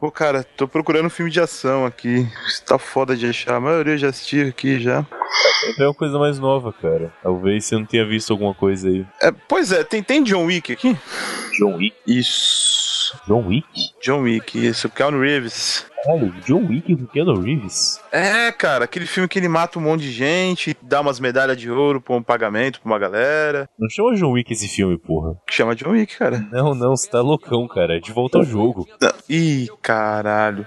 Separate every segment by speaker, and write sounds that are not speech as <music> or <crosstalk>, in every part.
Speaker 1: Pô, cara, tô procurando filme de ação aqui. Isso tá foda de achar. A maioria já assisti aqui já.
Speaker 2: É uma coisa mais nova, cara. Talvez você não tenha visto alguma coisa aí.
Speaker 1: É, pois é, tem, tem John Wick aqui?
Speaker 2: John Wick?
Speaker 1: Isso.
Speaker 2: John Wick?
Speaker 1: John Wick, isso. Keanu Reeves.
Speaker 2: Caralho, John Wick do Keanu Reeves?
Speaker 1: É, cara, aquele filme que ele mata um monte de gente, dá umas medalhas de ouro pra um pagamento pra uma galera.
Speaker 2: Não chama John Wick esse filme, porra.
Speaker 1: Que chama John Wick, cara.
Speaker 2: Não, não, você tá loucão, cara. É de volta ao jogo.
Speaker 1: Não. Ih, caralho.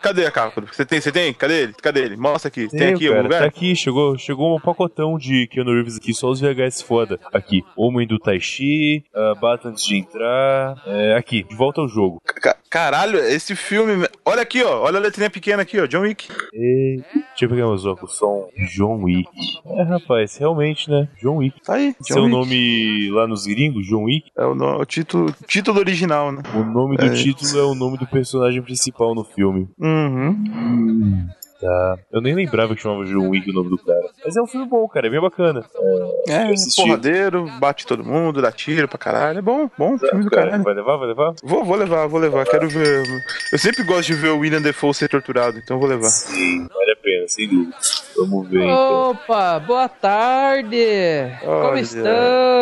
Speaker 1: Cadê a capa? Você tem? Você tem? Cadê ele? Cadê ele? Mostra aqui. Tem,
Speaker 2: Tem,
Speaker 1: aqui
Speaker 2: cara,
Speaker 1: algum lugar?
Speaker 2: Tá aqui, chegou, chegou um pacotão de Keanu Reeves aqui, só os VHS foda. Aqui, Homem do Tai Chi, ah, Bata Antes de Entrar, é, aqui, De Volta ao Jogo.
Speaker 1: Ca- Caralho, esse filme. Olha aqui, ó. Olha a letrinha pequena aqui, ó. John Wick.
Speaker 2: E... Deixa eu pegar meus óculos, som John Wick. É, rapaz, realmente, né? John Wick.
Speaker 1: Tá aí. John
Speaker 2: Seu
Speaker 1: Wick.
Speaker 2: nome lá nos gringos, John Wick,
Speaker 1: É o, no- o título, título original, né?
Speaker 2: o nome do
Speaker 1: É.
Speaker 2: título é o nome do personagem principal no filme.
Speaker 1: Uhum.
Speaker 2: Tá. Eu nem lembrava que chamava John Wick o nome do cara. Mas é um filme bom, cara, é bem bacana.
Speaker 1: É,
Speaker 2: Eu assisti.
Speaker 1: porradeiro, bate todo mundo, dá tiro pra caralho. É bom, bom, filme do caralho.
Speaker 2: vai levar, vai levar?
Speaker 1: Vou, vou levar, vou levar. Quero ver. Eu sempre gosto de ver o William Defoe ser torturado, então vou levar.
Speaker 2: Sim, vale a pena, sem dúvida. Vamos ver então.
Speaker 3: Opa, boa tarde! Como
Speaker 1: Olha.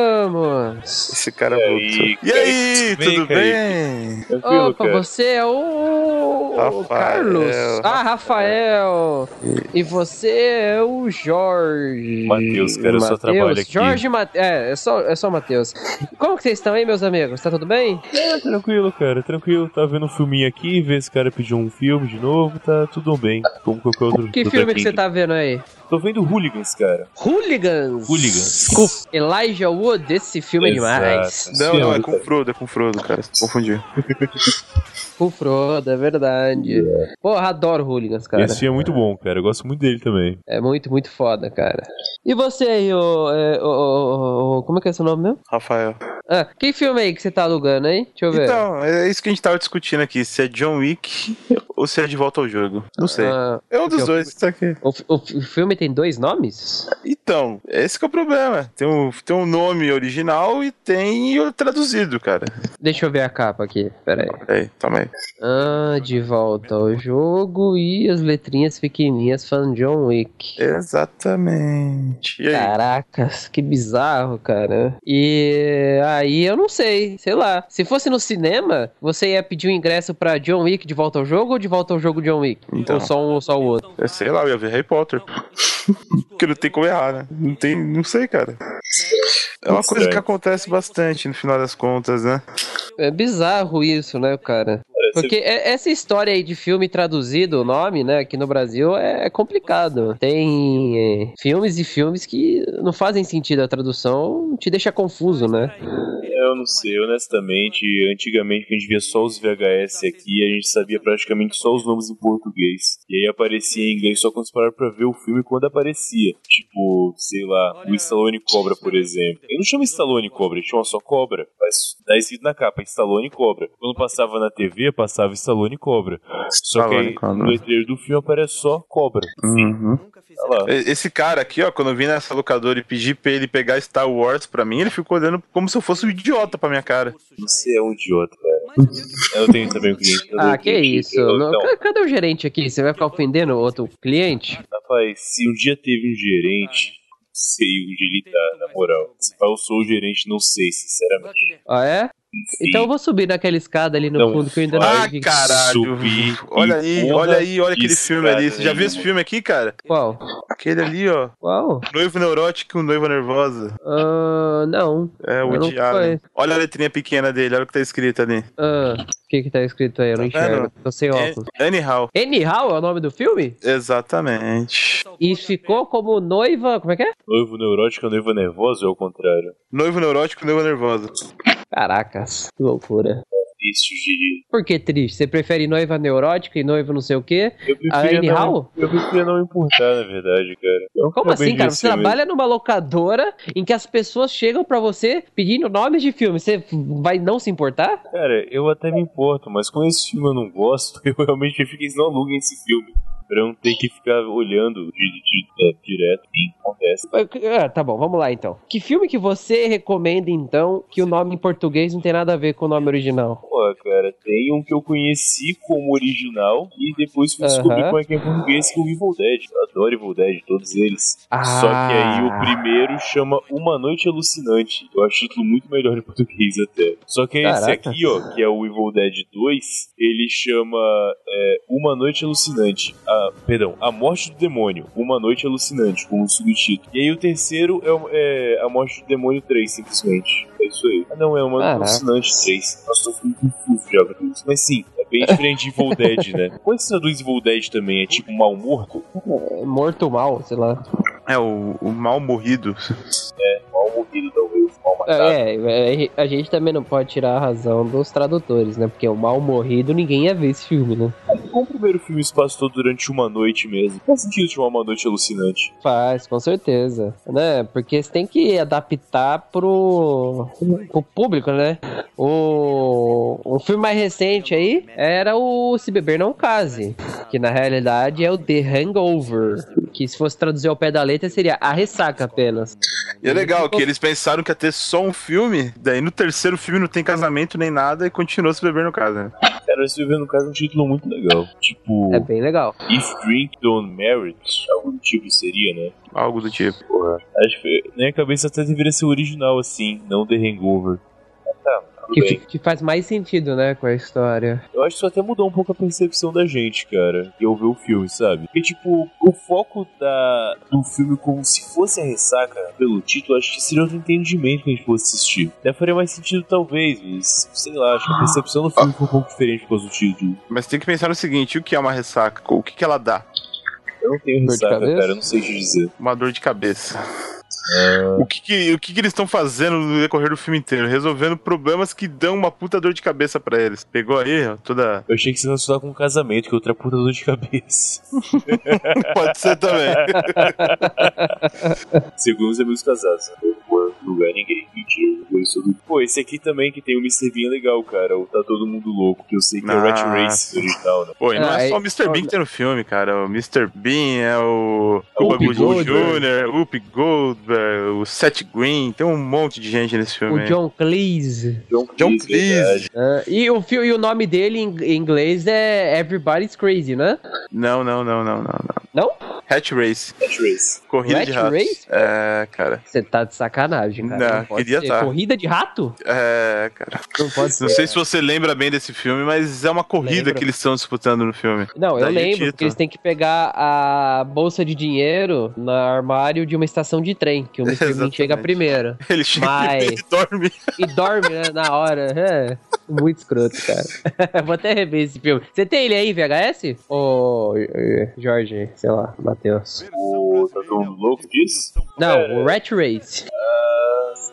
Speaker 3: estamos?
Speaker 1: Esse cara
Speaker 2: E aí,
Speaker 1: voltou. E
Speaker 2: Kaique?
Speaker 1: aí,
Speaker 2: Tudo bem,
Speaker 1: tudo bem?
Speaker 2: Tranquilo,
Speaker 3: Opa,
Speaker 2: cara.
Speaker 3: você é o
Speaker 1: Rafael.
Speaker 3: Carlos. Ah, Rafael. E você é o Jorge.
Speaker 2: Matheus, cara, eu só
Speaker 3: Matheus.
Speaker 2: trabalho aqui.
Speaker 3: Jorge Matheus. É, é só, é só o Matheus. Como que vocês estão aí, meus amigos? Tá tudo bem?
Speaker 2: É, tranquilo, cara, tranquilo. Tá vendo um filminho aqui, vê esse cara pedir um filme de novo, tá tudo bem. Como qualquer outro.
Speaker 3: Que
Speaker 2: outro
Speaker 3: filme que
Speaker 2: aqui.
Speaker 3: você tá vendo aí?
Speaker 2: Tô vendo Hooligans, cara.
Speaker 3: Hooligans.
Speaker 2: Hooligans.
Speaker 3: Com Elijah Wood, esse filme é demais.
Speaker 2: Exato.
Speaker 1: Não, não, é
Speaker 2: Sim,
Speaker 1: com o Frodo, é com o Frodo, cara. Confundi.
Speaker 3: Com Frodo, é verdade. Porra, adoro Hooligans, cara.
Speaker 2: Esse filme é muito bom, cara. Eu gosto muito dele também.
Speaker 3: É muito, muito foda, cara. E você aí, ô. é, ô, ô, ô, ô, como é que é seu nome mesmo?
Speaker 1: Rafael.
Speaker 3: Ah, que filme aí que você tá alugando, hein? Deixa eu ver.
Speaker 1: Então, é isso que a gente tava discutindo aqui, se é John Wick ou se é de volta ao jogo. Não sei.
Speaker 3: Ah,
Speaker 1: É um dos
Speaker 3: então,
Speaker 1: dois. Tá aqui.
Speaker 3: O, fi- o fi- o filme tem dois nomes?
Speaker 1: Então, esse que é o problema. Tem um, tem um nome original e tem o traduzido, cara.
Speaker 3: Deixa eu ver a capa aqui, pera aí.
Speaker 1: Aí, toma aí.
Speaker 3: Ah, de volta ao jogo e as letrinhas pequenininhas fan John Wick.
Speaker 1: Exatamente. E aí?
Speaker 3: Tá. Caracas, que bizarro, cara. E aí eu não sei, sei lá. Se fosse no cinema, você ia pedir o ingresso pra John Wick de volta ao jogo ou de volta ao jogo John Wick?
Speaker 1: Então.
Speaker 3: Ou só um ou só o outro?
Speaker 1: Eu É, sei lá, eu ia ver Harry Potter. <laughs> Porque não tem como errar, né? Não tem, não sei, cara. É uma coisa que acontece bastante no final das contas, né?
Speaker 3: É bizarro isso, né, cara? Porque é- essa história aí de filme traduzido, o nome, né, aqui no Brasil é complicado. Tem é, filmes e filmes que não fazem sentido a tradução, te deixa confuso, né?
Speaker 2: É, Eu não sei, honestamente. Antigamente, que a gente via só os VHS aqui, a gente sabia praticamente só os nomes em português. E aí aparecia em inglês só quando você parava pra ver o filme quando aparecia. Tipo, sei lá, o Stallone Cobra, por exemplo. Ele não chama Stallone Cobra, ele chama só Cobra. Mas tá escrito na capa, Stallone Cobra. Quando passava na TV, passava Stallone Cobra. Só que aí,
Speaker 1: Stallone Cobra. Hum.
Speaker 2: no letreiro do filme aparece só Cobra. Tá lá.
Speaker 1: E- Esse cara aqui, ó, quando eu vim nessa locadora e pedi pra ele pegar Star Wars pra mim, ele ficou olhando como se eu fosse um idiota pra minha cara.
Speaker 2: Você é um idiota, cara. Eu tenho também um cliente. eu
Speaker 3: Ah,
Speaker 2: tenho
Speaker 3: que
Speaker 2: cliente, Então,
Speaker 3: isso.
Speaker 2: eu-
Speaker 3: Não,
Speaker 2: não.
Speaker 3: ca- Cadê o gerente aqui? Você vai ficar ofendendo outro cliente?
Speaker 2: Rapaz, se um dia teve um gerente, não sei onde ele tá, na moral. Se pá, eu sou o gerente, não sei, sinceramente.
Speaker 3: Ah, é? Então eu vou subir naquela escada ali no
Speaker 2: Não
Speaker 3: fundo que eu ainda não
Speaker 1: Ah,
Speaker 2: vai
Speaker 3: vi.
Speaker 1: caralho.
Speaker 2: subir
Speaker 1: Olha aí,
Speaker 2: e porra
Speaker 1: olha aí, olha aquele
Speaker 2: isso,
Speaker 1: filme ali.
Speaker 2: cara,
Speaker 1: Você já viu esse
Speaker 2: né?
Speaker 1: filme aqui, cara?
Speaker 3: Qual?
Speaker 1: Aquele ali, ó.
Speaker 3: Qual?
Speaker 1: Noivo neurótico, noiva nervosa.
Speaker 3: Ah, não.
Speaker 1: É, o
Speaker 3: Eu não
Speaker 1: diabo. Olha a letrinha pequena dele, olha o que tá escrito ali.
Speaker 3: Ah, o que que tá escrito aí? Eu não
Speaker 1: Tá vendo?
Speaker 3: enxergo. Tô sem óculos.
Speaker 1: É, Anyhow.
Speaker 3: Anyhow é o nome do filme?
Speaker 1: Exatamente.
Speaker 3: E ficou como noiva. Como é que é?
Speaker 2: Noivo neurótico, é noivo nervoso, ou é o contrário?
Speaker 1: Noivo neurótico, noiva nervosa.
Speaker 3: Caracas, que loucura.
Speaker 2: Isso, Gigi.
Speaker 3: Por que triste? Você prefere noiva neurótica e noiva não sei o quê?
Speaker 2: Eu
Speaker 3: A
Speaker 2: preferia,
Speaker 3: Anne
Speaker 2: não,
Speaker 3: Hall?
Speaker 2: eu preferia não importar, na verdade, cara. É Eu
Speaker 3: Como
Speaker 2: acabei
Speaker 3: assim,
Speaker 2: de
Speaker 3: cara?
Speaker 2: ver
Speaker 3: Você
Speaker 2: esse filme.
Speaker 3: trabalha numa locadora em que as pessoas chegam pra você pedindo nomes de filme. Você vai não se importar?
Speaker 2: <laughs> Cara, eu até me importo, mas como esse filme eu não gosto, eu realmente prefiro que eles não aluguem esse filme. Pra não ter que ficar olhando de, de, de, direto o que acontece.
Speaker 3: Ah, tá bom, vamos lá então. Que filme que você recomenda então que o nome em português não tem nada a ver com o nome original?
Speaker 2: Pô, cara, tem um que eu conheci como original e depois fui descobrir
Speaker 3: Aham.
Speaker 2: qual é que é em português que é o Evil Dead. Eu adoro Evil Dead, todos eles. Só que aí
Speaker 3: Ah.
Speaker 2: o primeiro chama Uma Noite Alucinante. Eu acho o título muito melhor em português até. Só que esse
Speaker 3: Caraca.
Speaker 2: aqui, ó, que é o Evil Dead 2, ele chama é, Uma Noite Alucinante. Ah, perdão, A Morte do Demônio. Uma Noite Alucinante, como subtítulo. E aí o terceiro é o- é, A Morte do Demônio 3, simplesmente. É isso aí. Ah, não, é Uma Noite
Speaker 3: Caraca.
Speaker 2: Alucinante 3. Nossa, tô ficando confuso já com isso. Mas sim, é bem diferente de Evil Dead,
Speaker 3: <laughs>
Speaker 2: né? Quando se traduz Evil Dead também, é tipo mal morto?
Speaker 3: É Morto Mal, sei lá.
Speaker 1: É, o, o mal morrido.
Speaker 2: Mal morrido, talvez. Mal matado.
Speaker 3: É, é, é, a gente também não pode tirar a razão dos tradutores, né? Porque o mal morrido ninguém ia ver esse filme, né?
Speaker 2: Como É, o primeiro filme se passou durante uma noite mesmo? Faz sentido chamar uma noite alucinante.
Speaker 3: Faz, com certeza. Né? Porque você tem que adaptar pro, pro público, né? O, o filme mais recente aí era o Se Beber Não Case, que na realidade é o The Hangover, que se fosse traduzir ao pé da letra seria A Ressaca apenas.
Speaker 1: E é legal que eles pensaram que ia ter só um filme, daí no terceiro filme não tem casamento nem nada e continua se bebendo no caso. Né?
Speaker 2: Cara, esse vê no caso é um título muito legal. Tipo,
Speaker 3: É bem legal.
Speaker 2: If Drink Don't Marriage, algum tipo seria, né?
Speaker 1: Algo do tipo.
Speaker 2: Porra. Acho que na minha cabeça até deveria ser o original, assim, não The Hangover. Ah, Tá, tudo
Speaker 3: Que,
Speaker 2: bem.
Speaker 3: que faz mais sentido, né, com a história.
Speaker 2: Eu acho que isso até mudou um pouco a percepção da gente, cara, que eu ver o filme, sabe? Porque, tipo, o foco da, do filme como se fosse a ressaca, pelo título, acho que seria outro entendimento que a gente fosse assistir. Até faria mais sentido, talvez, mas, sei lá, acho que a percepção do filme ficou um pouco diferente por causa do título.
Speaker 1: Mas tem que pensar no seguinte: o que é uma ressaca? O que, que ela dá?
Speaker 2: Eu não tenho
Speaker 3: Dor de
Speaker 2: ressaca,
Speaker 3: cabeça?
Speaker 2: cara, eu não sei te dizer.
Speaker 1: Uma dor de cabeça. O que, que- o que, que eles estão fazendo no decorrer do filme inteiro? Resolvendo problemas que dão uma puta dor de cabeça pra eles. Pegou aí, ó, toda.
Speaker 2: Eu achei que você ia assustar com um casamento, que eu trapo dor de cabeça.
Speaker 1: <laughs> Pode ser também.
Speaker 2: Segundo os amigos casados, né? Eu não vou em lugar ninguém. Mentira, eu vou isso tudo. Pô, esse aqui também que tem o Mr. Bean é legal, cara. O Tá Todo Mundo Louco, que eu sei que é o Rat
Speaker 1: Nossa.
Speaker 2: Race original, né?
Speaker 1: Pô, e não
Speaker 3: Ah,
Speaker 1: é só
Speaker 3: é-
Speaker 1: o Mr. Bean que tem no filme, cara. O Mr. Bean é o.
Speaker 2: É o
Speaker 1: O Bob
Speaker 2: Whoopi Goldberg.
Speaker 1: Jr., o Whoopi Goldberg, o Seth Green. Tem um monte de gente nesse filme.
Speaker 3: O
Speaker 1: aí.
Speaker 3: John Cleese.
Speaker 2: John, é
Speaker 1: John
Speaker 2: verdade.
Speaker 1: Cleese.
Speaker 3: né? e, o, fio- e o nome dele em em inglês é Everybody's Crazy, né?
Speaker 1: Não, não, não, não, não, não.
Speaker 3: Não?
Speaker 1: Hatch Race.
Speaker 2: Rat Race.
Speaker 1: Corrida
Speaker 3: Rat
Speaker 1: de ratos.
Speaker 3: Race?
Speaker 1: É, cara.
Speaker 3: Você tá de sacanagem, cara.
Speaker 1: Não, queria
Speaker 3: ser.
Speaker 1: tá.
Speaker 3: Corrida de rato?
Speaker 1: É, cara.
Speaker 3: Não pode ser.
Speaker 1: Não sei se você lembra bem desse filme, mas é uma corrida
Speaker 3: Lembro.
Speaker 1: que eles estão disputando no filme. <laughs>
Speaker 3: Não, eu
Speaker 1: Daí é o
Speaker 3: lembro,
Speaker 1: título.
Speaker 3: porque eles têm que pegar a bolsa de dinheiro no armário de uma estação de trem, que o Mr. Bean
Speaker 1: Exatamente.
Speaker 3: chega primeiro.
Speaker 1: Ele chega
Speaker 3: Mas-
Speaker 1: e dorme.
Speaker 3: E dorme né, na hora. É, muito escroto, cara. <laughs> Vou até rever esse filme. Você tem ele aí, VHS? Ô, Jorge, sei lá, Matheus.
Speaker 2: O Tá Todo Mundo Louco disso?
Speaker 3: Não, o Rat Race.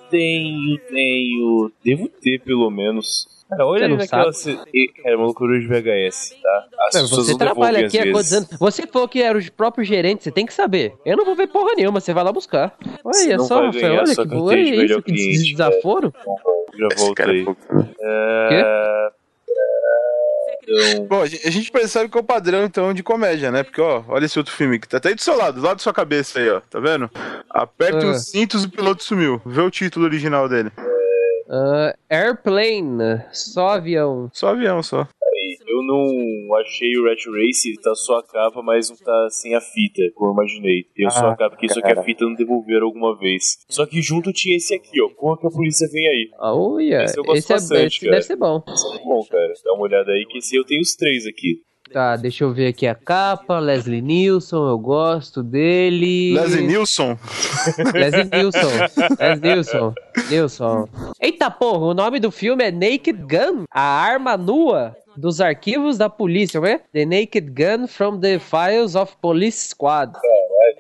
Speaker 2: Tenho, tenho. Devo ter, pelo menos. Cara,
Speaker 3: Você
Speaker 2: olha
Speaker 3: não
Speaker 2: naquela...
Speaker 4: sabe?
Speaker 2: se- Ih, Cara, é uma loucura de VHS, tá? As pessoas
Speaker 3: Não, É, você
Speaker 2: não devolvem
Speaker 3: trabalha
Speaker 2: às
Speaker 3: aqui há
Speaker 2: vezes.
Speaker 3: quantos anos? Você falou que era o próprio gerente, você tem que saber. Eu não vou ver porra nenhuma, você vai lá buscar.
Speaker 2: Você
Speaker 3: Olha
Speaker 2: não
Speaker 3: só,
Speaker 2: vai
Speaker 3: Rafael,
Speaker 2: ganhar,
Speaker 3: olha
Speaker 2: só
Speaker 3: que
Speaker 2: que eu
Speaker 3: boa.
Speaker 2: tenho
Speaker 3: Olha
Speaker 2: de melhor
Speaker 3: isso, que
Speaker 2: cliente,
Speaker 3: des- desaforo.
Speaker 2: Já voltei. É... Então,
Speaker 1: Bom, a gente a gente percebe que é o padrão, então, de comédia, né? Porque, ó, olha esse outro filme que tá até aí do seu lado, do lado da sua cabeça aí, ó. Tá vendo? Aperta
Speaker 3: Ah.
Speaker 1: os cintos e o piloto sumiu. Vê o título original dele.
Speaker 3: Ah, airplane, só avião.
Speaker 1: Só avião, só.
Speaker 2: aí, eu não achei o Rat Race, tá só a capa, mas não tá sem a fita, como eu imaginei. Tem só
Speaker 3: Ah,
Speaker 2: a capa, porque só que a fita não devolveram alguma vez. Só que junto tinha esse aqui, ó. Corra que a polícia vem aí.
Speaker 3: Olha,
Speaker 2: Esse eu gosto
Speaker 3: Ah, esse, é,
Speaker 2: bastante,
Speaker 3: esse
Speaker 2: cara.
Speaker 3: deve ser bom.
Speaker 2: Isso é muito bom, cara. Dá uma olhada aí, que esse eu tenho os três aqui.
Speaker 3: Tá, deixa eu ver aqui a capa. Leslie Nilson, eu gosto dele.
Speaker 1: Leslie Nilsson.
Speaker 3: Leslie Nilson. Leslie Nilson. Nilson. Eita porra, o nome do filme é Naked Gun a arma nua dos arquivos da polícia, né? The Naked Gun from the Files of Police Squad.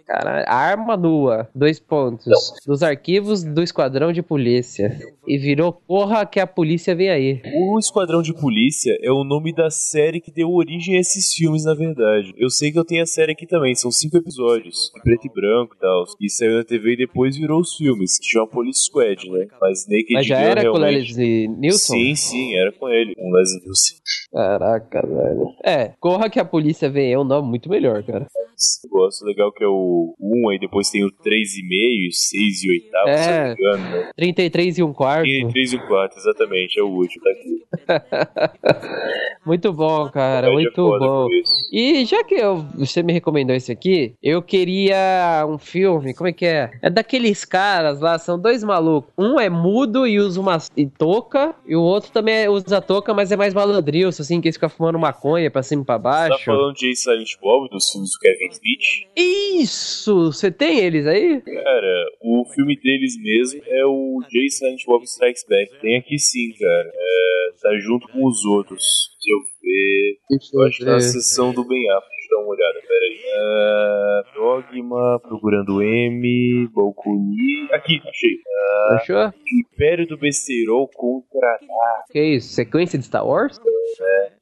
Speaker 3: Caralho, arma nua, dois pontos. Dos arquivos do esquadrão de polícia. E virou porra que a polícia vem aí.
Speaker 2: O Esquadrão de Polícia é o nome da série que deu origem a esses filmes, na verdade. Eu sei que eu tenho a série aqui também, são cinco episódios, em preto e branco e tal. E saiu na TV e depois virou os filmes, que chama Police Squad, né? Mas Naked
Speaker 3: Mas já
Speaker 2: Gun
Speaker 3: era com o
Speaker 2: realmente...
Speaker 3: Leslie Nilson?
Speaker 2: Sim, sim, era com ele, com o Leslie Nielsen.
Speaker 3: Caraca, velho. É, corra que a polícia vem é um nome muito melhor, cara.
Speaker 2: Eu gosto legal que é o 1, aí depois tem o 3,5, 6 e 8,
Speaker 3: É.
Speaker 2: se não me engano, né?
Speaker 3: 33 e um quarto.
Speaker 2: E 3 e 4, exatamente, é o último, tá aqui.
Speaker 3: Muito bom, cara.
Speaker 2: Comédia
Speaker 3: Muito
Speaker 2: é foda
Speaker 3: bom.
Speaker 2: por isso.
Speaker 3: E já que eu- você me recomendou esse aqui, eu queria um filme, como é que é? É daqueles caras lá, são dois malucos. Um é mudo e usa uma e touca, e o outro também é- usa touca, mas é mais malandrilso, assim, que eles ficam fumando maconha pra cima e pra
Speaker 2: Tá
Speaker 3: baixo.
Speaker 2: falando de Silent Bob, dos filmes do Kevin Smith?
Speaker 3: Isso! Você tem eles aí?
Speaker 2: Cara, o filme deles mesmo é o Jay Silent Bob Strikes Back. Tem aqui sim, cara. É, tá junto com os outros. Deixa eu ver. Eu acho
Speaker 3: É.
Speaker 2: que tá na sessão do Ben Affleck. Deixa eu dar uma olhada, peraí. Ah, Dogma, Procurando M, Balcony. Aqui, achei.
Speaker 3: Achou?
Speaker 2: Império do Besteirou contra.
Speaker 3: Que isso? Sequência de Star Wars?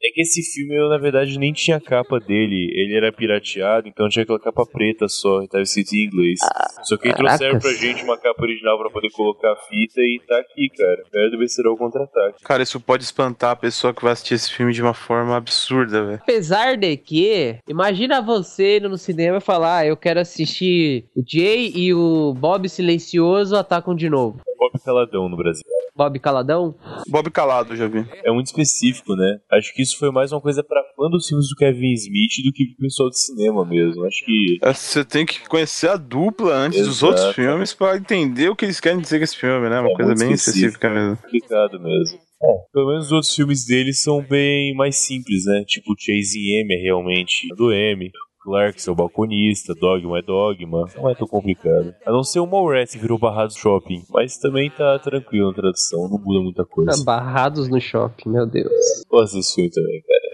Speaker 2: É que esse filme eu, na verdade, nem tinha a capa dele. Ele era pirateado, então tinha aquela capa preta só, e tava escrito em inglês. só que aí
Speaker 3: caracas.
Speaker 2: trouxeram pra gente uma capa original pra poder colocar a fita e tá aqui, cara. Império do Besteirou contra-ataque.
Speaker 1: Cara, isso pode espantar a pessoa que vai assistir esse filme de uma forma absurda, velho.
Speaker 3: Apesar de que, imagina você indo no cinema e falar: ah, eu quero assistir o Jay e o Bob Silencioso atacam de novo.
Speaker 2: Bob Caladão no Brasil.
Speaker 3: Bob Caladão?
Speaker 1: Bob Calado, já vi.
Speaker 2: É muito específico, né? Acho que isso foi mais uma coisa pra fã dos filmes do Kevin Smith do que pro pessoal de cinema mesmo. Acho que.
Speaker 1: É, Você tem que conhecer a dupla antes dos
Speaker 2: Exato.
Speaker 1: outros filmes pra entender o que eles querem dizer com esse filme, né? Uma
Speaker 2: É
Speaker 1: coisa
Speaker 2: muito
Speaker 1: bem
Speaker 2: específico.
Speaker 1: específica mesmo.
Speaker 2: é complicado mesmo. É, Pelo menos os outros filmes deles são bem mais simples, né? Tipo, Chasing M é realmente do M. Clarks é o balconista, Dogma é Dogma. Não é tão complicado. A não ser o Mallrats que virou barrado shopping. Mas também tá tranquilo na tradução, não muda muita
Speaker 3: Ah,
Speaker 2: coisa.
Speaker 3: Barrados no shopping, meu Deus.
Speaker 2: Gosto desse filme também, cara.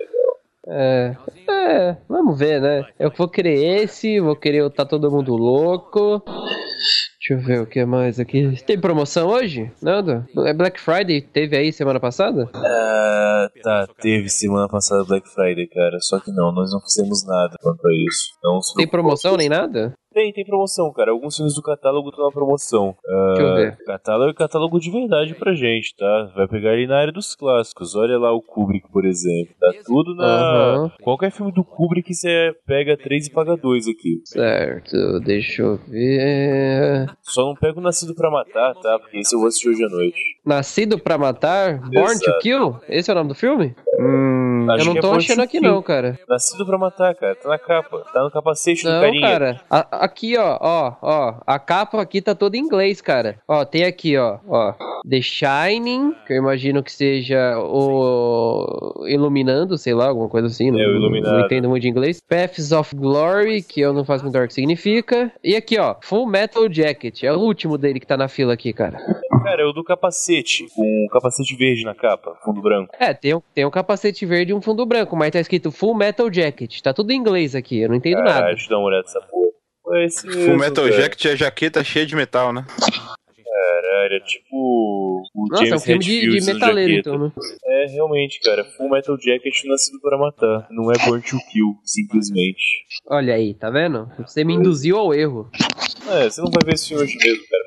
Speaker 3: É. É, vamos ver, né? Eu vou querer esse, vou querer o Tá Todo Mundo Louco. Deixa eu ver o que mais aqui. Tem promoção hoje, Nando? É Black Friday? Teve aí semana passada?
Speaker 2: Ah, tá. Teve semana passada Black Friday, cara. Só que não, nós não fizemos nada quanto a isso. Não se
Speaker 3: Tem promoção nem nada?
Speaker 2: Tem, tem promoção, cara. Alguns filmes do catálogo estão na promoção. Ah,
Speaker 3: Deixa eu ver.
Speaker 2: Catálogo é catálogo de verdade pra gente, tá? Vai pegar ele na área dos clássicos. Olha lá o Kubrick, por exemplo. Tá tudo na.
Speaker 3: Aham.
Speaker 2: Qualquer filme do Kubrick você pega três e paga dois aqui.
Speaker 3: É. Certo, deixa eu ver.
Speaker 2: Só não pega o Nascido pra Matar, tá? Porque esse eu vou assistir hoje à noite.
Speaker 3: Nascido pra Matar? Born to
Speaker 2: Exato.
Speaker 3: Kill? Esse é o nome do filme?
Speaker 1: Hum,
Speaker 2: Acho
Speaker 3: eu não
Speaker 2: que é
Speaker 3: tô
Speaker 2: Born
Speaker 3: achando
Speaker 2: to
Speaker 3: aqui
Speaker 2: Kill.
Speaker 3: não, cara.
Speaker 2: Nascido pra Matar, cara. Tá na capa. Tá no capacete do
Speaker 3: Não,
Speaker 2: carinha.
Speaker 3: cara. A- aqui, ó, ó, ó. A capa aqui tá toda em inglês, cara. Ó, tem aqui, ó, ó. The Shining, que eu imagino que seja o Iluminando, sei lá, alguma coisa assim. Não,
Speaker 2: É, o Iluminado.
Speaker 3: não entendo muito de inglês. Paths of Glory, que eu não faço muito ideia o que significa. E aqui, ó, Full Metal Jacket. É o último dele que tá na fila aqui, cara.
Speaker 2: Cara, é o do capacete. Com o capacete verde na capa, fundo branco.
Speaker 3: É, tem um, tem um capacete verde e um fundo branco, mas tá escrito Full Metal Jacket. Tá tudo em inglês aqui, eu não entendo
Speaker 2: Caralho,
Speaker 3: nada.
Speaker 2: deixa eu dar uma olhada nessa porra. É esse
Speaker 1: Full
Speaker 2: mesmo,
Speaker 1: Metal
Speaker 2: cara.
Speaker 1: Jacket é jaqueta cheia de metal, né?
Speaker 2: Caralho, é tipo. O
Speaker 3: Nossa,
Speaker 2: James
Speaker 3: é um filme de,
Speaker 2: Hetfield
Speaker 3: de
Speaker 2: sendo
Speaker 3: metaleiro,
Speaker 2: jaqueta.
Speaker 3: então, né?
Speaker 2: É, realmente, cara. Full Metal Jacket nascido pra matar. Não é Born to Kill, simplesmente.
Speaker 3: Olha aí, tá vendo? Você me induziu ao erro.
Speaker 2: É, você não vai ver esse filme hoje mesmo, cara.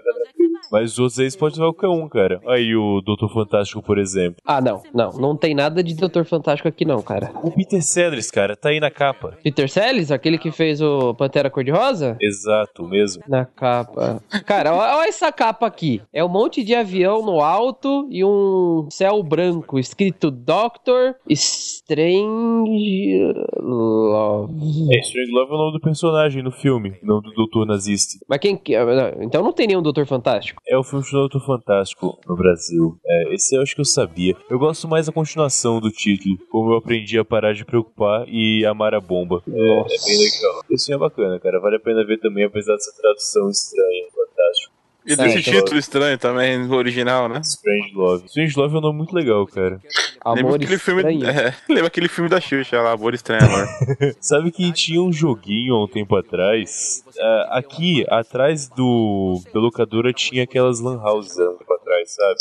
Speaker 2: Mas os outros aí você pode ver qualquer um, cara. Aí o Doutor Fantástico, por exemplo.
Speaker 3: Ah, não, não, não tem nada de Doutor Fantástico aqui não, cara.
Speaker 2: O Peter Sellers, cara, tá aí na capa.
Speaker 3: Peter Sellers, aquele que fez o Pantera Cor-de-Rosa?
Speaker 2: Exato, mesmo.
Speaker 3: Na capa. Cara, olha essa capa aqui. É um monte de avião no alto e um céu branco escrito Doctor Strange Love.
Speaker 2: É, Strange Love é o nome do personagem no filme, não do Doutor Nazista.
Speaker 3: Mas quem que. ah, não, Então não tem nenhum Doutor Fantástico.
Speaker 2: É o filme do Doutor Fantástico no Brasil. É, esse eu acho que eu sabia. Eu gosto mais da continuação do título, como eu aprendi a parar de preocupar e amar a bomba.
Speaker 3: Nossa.
Speaker 2: É bem legal. Esse filme é bacana, cara. Vale a pena ver também, apesar dessa tradução estranha. Fantástico.
Speaker 1: E desse título estranho também, no original, né?
Speaker 2: Strange Love. Strange Love é um nome muito legal, cara. <laughs>
Speaker 1: Lembra
Speaker 3: Amor
Speaker 1: aquele, filme,
Speaker 3: estranho.
Speaker 1: <laughs> é, lembra aquele filme da Xuxa lá, Amor Estranho Amor.
Speaker 2: Sabe que tinha um joguinho há um tempo atrás. ah, aqui, atrás do da locadora, tinha aquelas lan houses há um tempo atrás, sabe?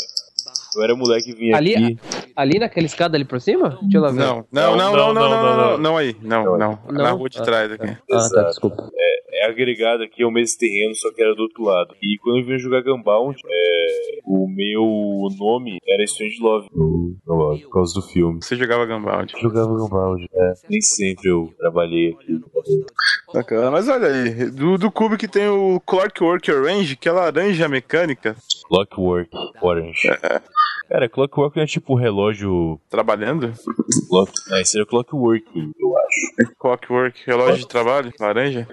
Speaker 2: Eu era moleque e vinha
Speaker 3: Ali-
Speaker 2: é, aqui.
Speaker 3: Ali naquela escada ali por cima? Deixa eu lá ver.
Speaker 1: <laughs> Não, não, não, não, não, não, não, não, não aí. Não, não. Na
Speaker 3: Não.
Speaker 1: rua de trás aqui.
Speaker 3: Ah, tá,
Speaker 2: Exato.
Speaker 3: desculpa.
Speaker 2: É agregado aqui ao mesmo terreno, só que era do outro lado. E quando eu vim jogar Gunbound, é, o meu nome era Strange Love. No- no- Por causa do filme.
Speaker 1: Você jogava Gunbound.
Speaker 2: Jogava Gunbound, é. Nem sempre eu trabalhei aqui.
Speaker 1: Bacana, mas olha aí, do, do cubo que tem o Clockwork Orange, que é laranja mecânica,
Speaker 2: Clockwork Orange. <laughs> Cara, Clockwork é tipo relógio.
Speaker 1: trabalhando.
Speaker 2: Clock... Ah, esse era Clockwork, eu acho.
Speaker 1: Clockwork, relógio de trabalho, laranja.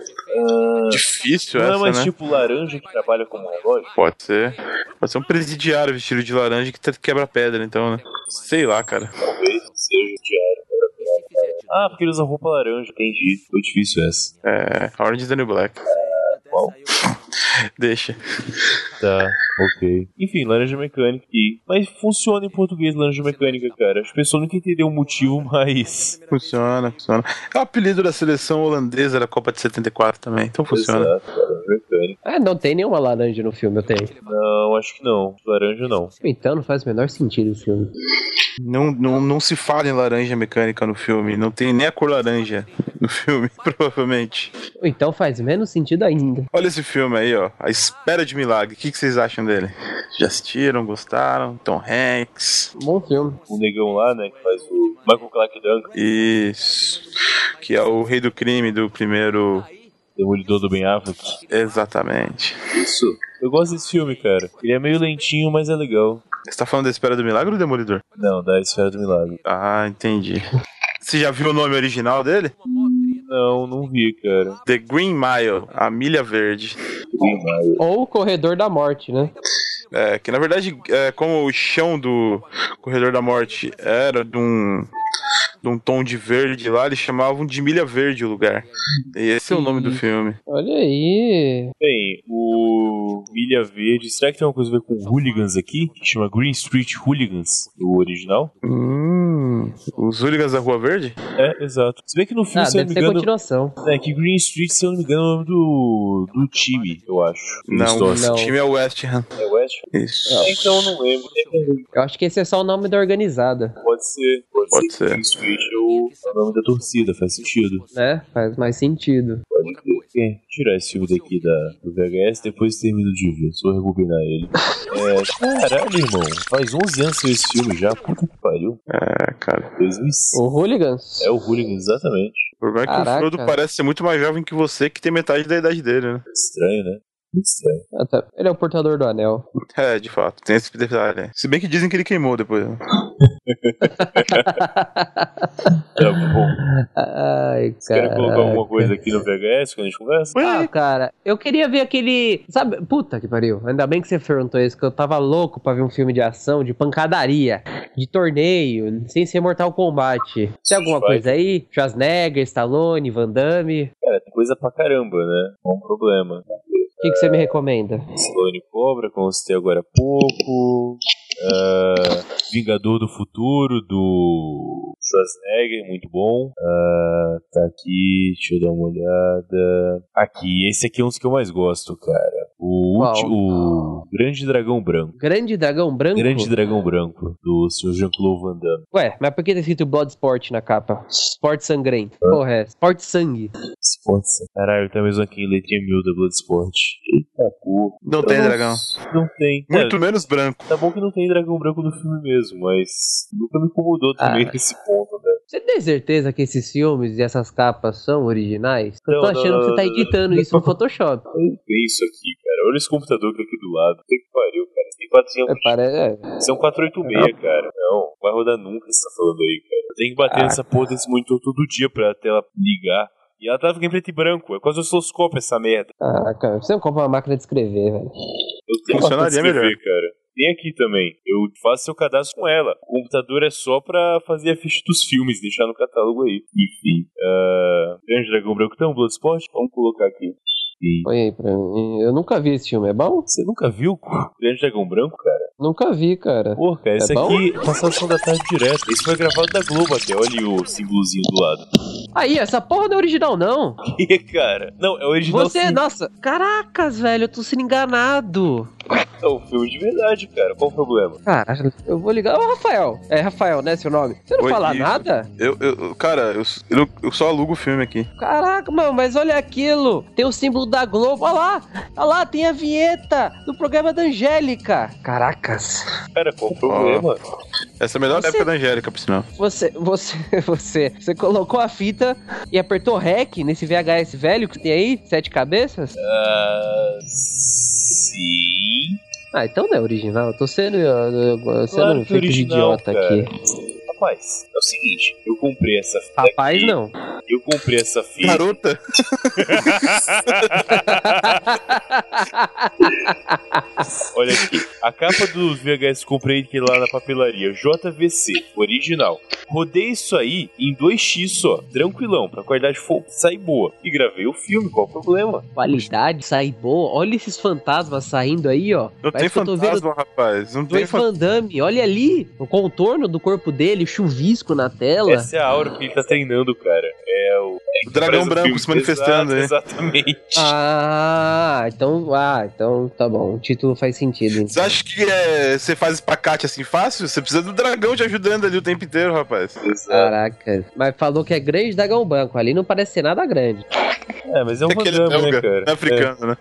Speaker 1: Difícil
Speaker 2: Não,
Speaker 1: essa,
Speaker 2: mas
Speaker 1: né?
Speaker 2: tipo laranja que trabalha como relógio?
Speaker 1: Pode ser. Pode ser um presidiário vestido de laranja que te- quebra pedra, então, né? Sei lá, cara.
Speaker 2: Talvez seja diário. é Ah, porque ele usa roupa laranja, entendi. Foi difícil essa.
Speaker 1: É. Orange is the New Black. <laughs> Deixa.
Speaker 2: Tá, ok. Enfim, laranja mecânica. E... Mas funciona em português laranja mecânica, cara. As pessoas nunca entenderam o motivo, <laughs> mas.
Speaker 1: Funciona, funciona. É o apelido da seleção holandesa da Copa de 74 também, então funciona.
Speaker 2: Exato, laranja mecânica.
Speaker 3: Ah, não tem nenhuma laranja no filme, eu tenho.
Speaker 2: Não, acho que não. Laranja não.
Speaker 3: Então não faz o menor sentido o filme.
Speaker 1: Não, não, não se fala em laranja mecânica no filme, não tem nem a cor laranja no filme, <laughs> provavelmente.
Speaker 3: Ou Então faz menos sentido ainda.
Speaker 1: Olha esse filme aí, ó. A Espera de Milagre. O que, que vocês acham dele? Já assistiram? Gostaram? Tom Hanks.
Speaker 3: Bom filme.
Speaker 2: O negão lá, né, que faz o Michael Clark Duncan,
Speaker 1: Isso. Que é o rei do crime do primeiro.
Speaker 2: demolidor do Ben Affleck.
Speaker 1: Exatamente.
Speaker 2: Isso. Eu gosto desse filme, cara. Ele é meio lentinho, mas é legal.
Speaker 1: Você tá falando da Espera do Milagre ou do Demolidor?
Speaker 2: Não, da Esfera do Milagre.
Speaker 1: Ah, entendi. Você já viu o nome original dele?
Speaker 2: Não, não vi, cara.
Speaker 1: The Green Mile, a Milha Verde.
Speaker 2: Green Mile.
Speaker 3: Ou o Corredor da Morte, né?
Speaker 1: É, que na verdade, é, como o chão do Corredor da Morte era de um, de um tom de verde lá, eles chamavam de Milha Verde o lugar. E esse é o
Speaker 3: Uhum.
Speaker 1: nome do filme.
Speaker 3: Olha aí.
Speaker 2: Bem, o Milha Verde. Será que tem alguma coisa a ver com Hooligans aqui? Que chama Green Street Hooligans, o original?
Speaker 1: Hum, os Hooligans da Rua Verde?
Speaker 2: É, exato. Se bem que no filme,
Speaker 3: Ah,
Speaker 2: se eu não
Speaker 3: deve
Speaker 2: me
Speaker 3: ser
Speaker 2: engano.
Speaker 3: continuação.
Speaker 2: É que Green Street, se eu não me engano, é o nome do, do time, eu acho.
Speaker 1: Não,
Speaker 2: Dos
Speaker 1: o
Speaker 3: Não.
Speaker 1: time é o West Ham.
Speaker 2: É West?
Speaker 1: Isso.
Speaker 3: É.
Speaker 2: Então eu não lembro.
Speaker 3: Eu acho que esse é só o nome da organizada,
Speaker 2: Pode ser. Pode,
Speaker 1: Pode
Speaker 2: ser.
Speaker 1: ser.
Speaker 2: que Green Street é o é o nome da torcida, faz sentido.
Speaker 3: né? Faz mais sentido.
Speaker 2: Pode crer. Bem, tirar esse filme daqui da, do VHS, depois termino de ver. Só rebobinar <laughs> ele. É, caralho, irmão. Faz 11 anos que eu vi esse filme já. Puta que pariu.
Speaker 1: É, cara.
Speaker 2: 2005.
Speaker 3: O Hooligans?
Speaker 2: É o Hooligan, exatamente.
Speaker 1: O problema é que
Speaker 3: Caraca.
Speaker 1: o Frodo parece ser muito mais jovem que você, que tem metade da idade dele, né?
Speaker 2: Estranho, né? Muito estranho.
Speaker 3: Ah, tá. Ele é o portador do anel.
Speaker 1: É, de fato, tem esse detalhe. né? Se bem que dizem que ele queimou depois. né?
Speaker 2: Tá bom.
Speaker 3: Ai,
Speaker 2: Vocês querem colocar
Speaker 3: cara.
Speaker 2: alguma coisa aqui no VHS quando a gente conversa?
Speaker 1: Põe
Speaker 3: Ah,
Speaker 1: aí.
Speaker 3: cara, eu queria ver aquele. Sabe, puta que pariu. Ainda bem que você perguntou isso, que eu tava louco pra ver um filme de ação, de pancadaria, de torneio, sem ser Mortal Kombat. Tem alguma
Speaker 2: Vai.
Speaker 3: coisa aí? Schwarzenegger, Stallone, Van Damme.
Speaker 2: Cara, tem coisa pra caramba, né? Não é um problema.
Speaker 3: O que, que você
Speaker 2: É.
Speaker 3: me recomenda?
Speaker 2: Stallone Cobra, como eu citei agora há pouco. Ah, Vingador do Futuro, do Schwarzenegger, muito bom. Ah, tá aqui, deixa eu dar uma olhada. Aqui, esse aqui é um dos que eu mais gosto, cara. O,
Speaker 3: Qual?
Speaker 2: ulti- o Grande Dragão Branco.
Speaker 3: Grande Dragão Branco?
Speaker 2: Grande Dragão Branco, do Sr. Jean-Claude Van Damme.
Speaker 3: Ué, mas por que tá escrito Bloodsport na capa? Esporte sangrento. Porra, é. Esporte sangue.
Speaker 2: Esporte. Caralho, tá mesmo aqui em letrinha miúda Bloodsport. Eita porra.
Speaker 1: Não tem
Speaker 2: Eu
Speaker 1: dragão.
Speaker 2: Não tem. É,
Speaker 1: Muito menos branco.
Speaker 2: Tá bom que não tem dragão branco no filme mesmo, mas nunca me incomodou também
Speaker 3: Ah.
Speaker 2: esse ponto, né?
Speaker 3: Você tem certeza que esses filmes e essas capas são originais? Eu
Speaker 2: Não,
Speaker 3: tô
Speaker 2: não,
Speaker 3: achando que você
Speaker 2: não,
Speaker 3: tá
Speaker 2: não, não.
Speaker 3: editando isso no Photoshop.
Speaker 2: Não tem isso aqui, cara. Olha esse computador que tá aqui do lado. Puta que pariu, cara. Tem quatro,
Speaker 3: É, parece. é.
Speaker 2: são 486, cara. Não, não vai rodar nunca você tá falando aí, cara. Tem que bater
Speaker 3: Ah.
Speaker 2: nessa porra desse monitor todo dia pra tela ligar. E ela tava em preto e branco. É quase um osciloscópio essa merda.
Speaker 3: Ah, cara, você não compra uma máquina de escrever, velho.
Speaker 2: Eu tenho
Speaker 1: Funcionaria
Speaker 2: vontade de escrever,
Speaker 1: melhor.
Speaker 2: cara. Tem aqui também. Eu faço seu cadastro com ela. O computador é só pra fazer a ficha dos filmes, deixar no catálogo aí. Enfim. ah, Grande Dragão Branco tem um Bloodsport? Vamos colocar aqui. Sim.
Speaker 3: Põe aí pra mim. Eu nunca vi esse filme, é bom?
Speaker 2: Você nunca viu o Grande Dragão Branco, cara?
Speaker 3: Nunca vi, cara.
Speaker 2: Pô, cara, esse
Speaker 3: É bom?
Speaker 2: aqui passa a sessão da tarde direto. Esse foi gravado da Globo até. Olha o símbolozinho do lado. <laughs>
Speaker 3: Aí, essa porra não é original, não.
Speaker 2: Que, cara? Não, é o original.
Speaker 3: Você,
Speaker 2: sim.
Speaker 3: nossa, caracas, velho, eu tô sendo enganado.
Speaker 2: É um filme de verdade, cara. Qual o problema?
Speaker 3: Caralho, eu vou ligar. Ô, Rafael, é Rafael, né, seu nome? Você não
Speaker 1: Oi,
Speaker 3: fala
Speaker 1: isso.
Speaker 3: nada?
Speaker 1: Eu, eu- cara, eu, eu, eu só alugo o filme aqui.
Speaker 3: Caraca, mano, mas olha aquilo. Tem o símbolo da Globo. Olha lá. Olha lá, tem a vinheta do programa da Angélica. Caracas.
Speaker 2: Cara, qual o problema?
Speaker 1: Essa é a melhor
Speaker 3: Você-
Speaker 1: época da Angélica, por sinal.
Speaker 3: Você, <laughs> você, você, você colocou a fita e apertou REC nesse VHS velho que tem aí? Sete cabeças?
Speaker 2: Ah, sim.
Speaker 3: Ah, então não é original. Eu tô sendo, eu- eu- eu- sendo um
Speaker 2: Claro que é
Speaker 3: feito
Speaker 2: original,
Speaker 3: de idiota
Speaker 2: cara.
Speaker 3: aqui.
Speaker 2: Rapaz, é o seguinte. Eu comprei essa fita.
Speaker 3: Rapaz,
Speaker 2: aqui,
Speaker 3: não.
Speaker 2: Eu comprei essa fita.
Speaker 1: Garota!
Speaker 2: Olha aqui, a capa do VHS que comprei aqui lá na papelaria, JVC, original. Rodei isso aí em 2x só, tranquilão, pra qualidade for, sair boa. E gravei o filme, qual o problema?
Speaker 3: Qualidade, sai boa. Olha esses fantasmas saindo aí, ó.
Speaker 1: Não tem
Speaker 3: Parece que eu tô vendo
Speaker 1: fantasma, rapaz. Não tem
Speaker 3: Dois
Speaker 1: fantasma.
Speaker 3: Van Damme, olha ali o contorno do corpo dele, o chuvisco na tela.
Speaker 2: Essa é a aura que ele tá treinando, cara. É o.
Speaker 1: O dragão
Speaker 2: parece um
Speaker 1: branco
Speaker 2: filme-
Speaker 1: se manifestando né? aí.
Speaker 2: Exato, <laughs> Exatamente.
Speaker 3: Ah, então, ah, então tá bom, o título faz sentido.
Speaker 1: Você
Speaker 3: Então.
Speaker 1: acha que é, você faz espacate assim fácil? Você precisa do dragão te ajudando ali o tempo inteiro, rapaz.
Speaker 2: É Exato.
Speaker 3: Caraca, mas falou que é grande dragão branco, ali não parece ser nada grande.
Speaker 2: É, mas é um
Speaker 1: É aquele
Speaker 2: programa, né,
Speaker 1: belga,
Speaker 2: cara?
Speaker 1: é africano, né?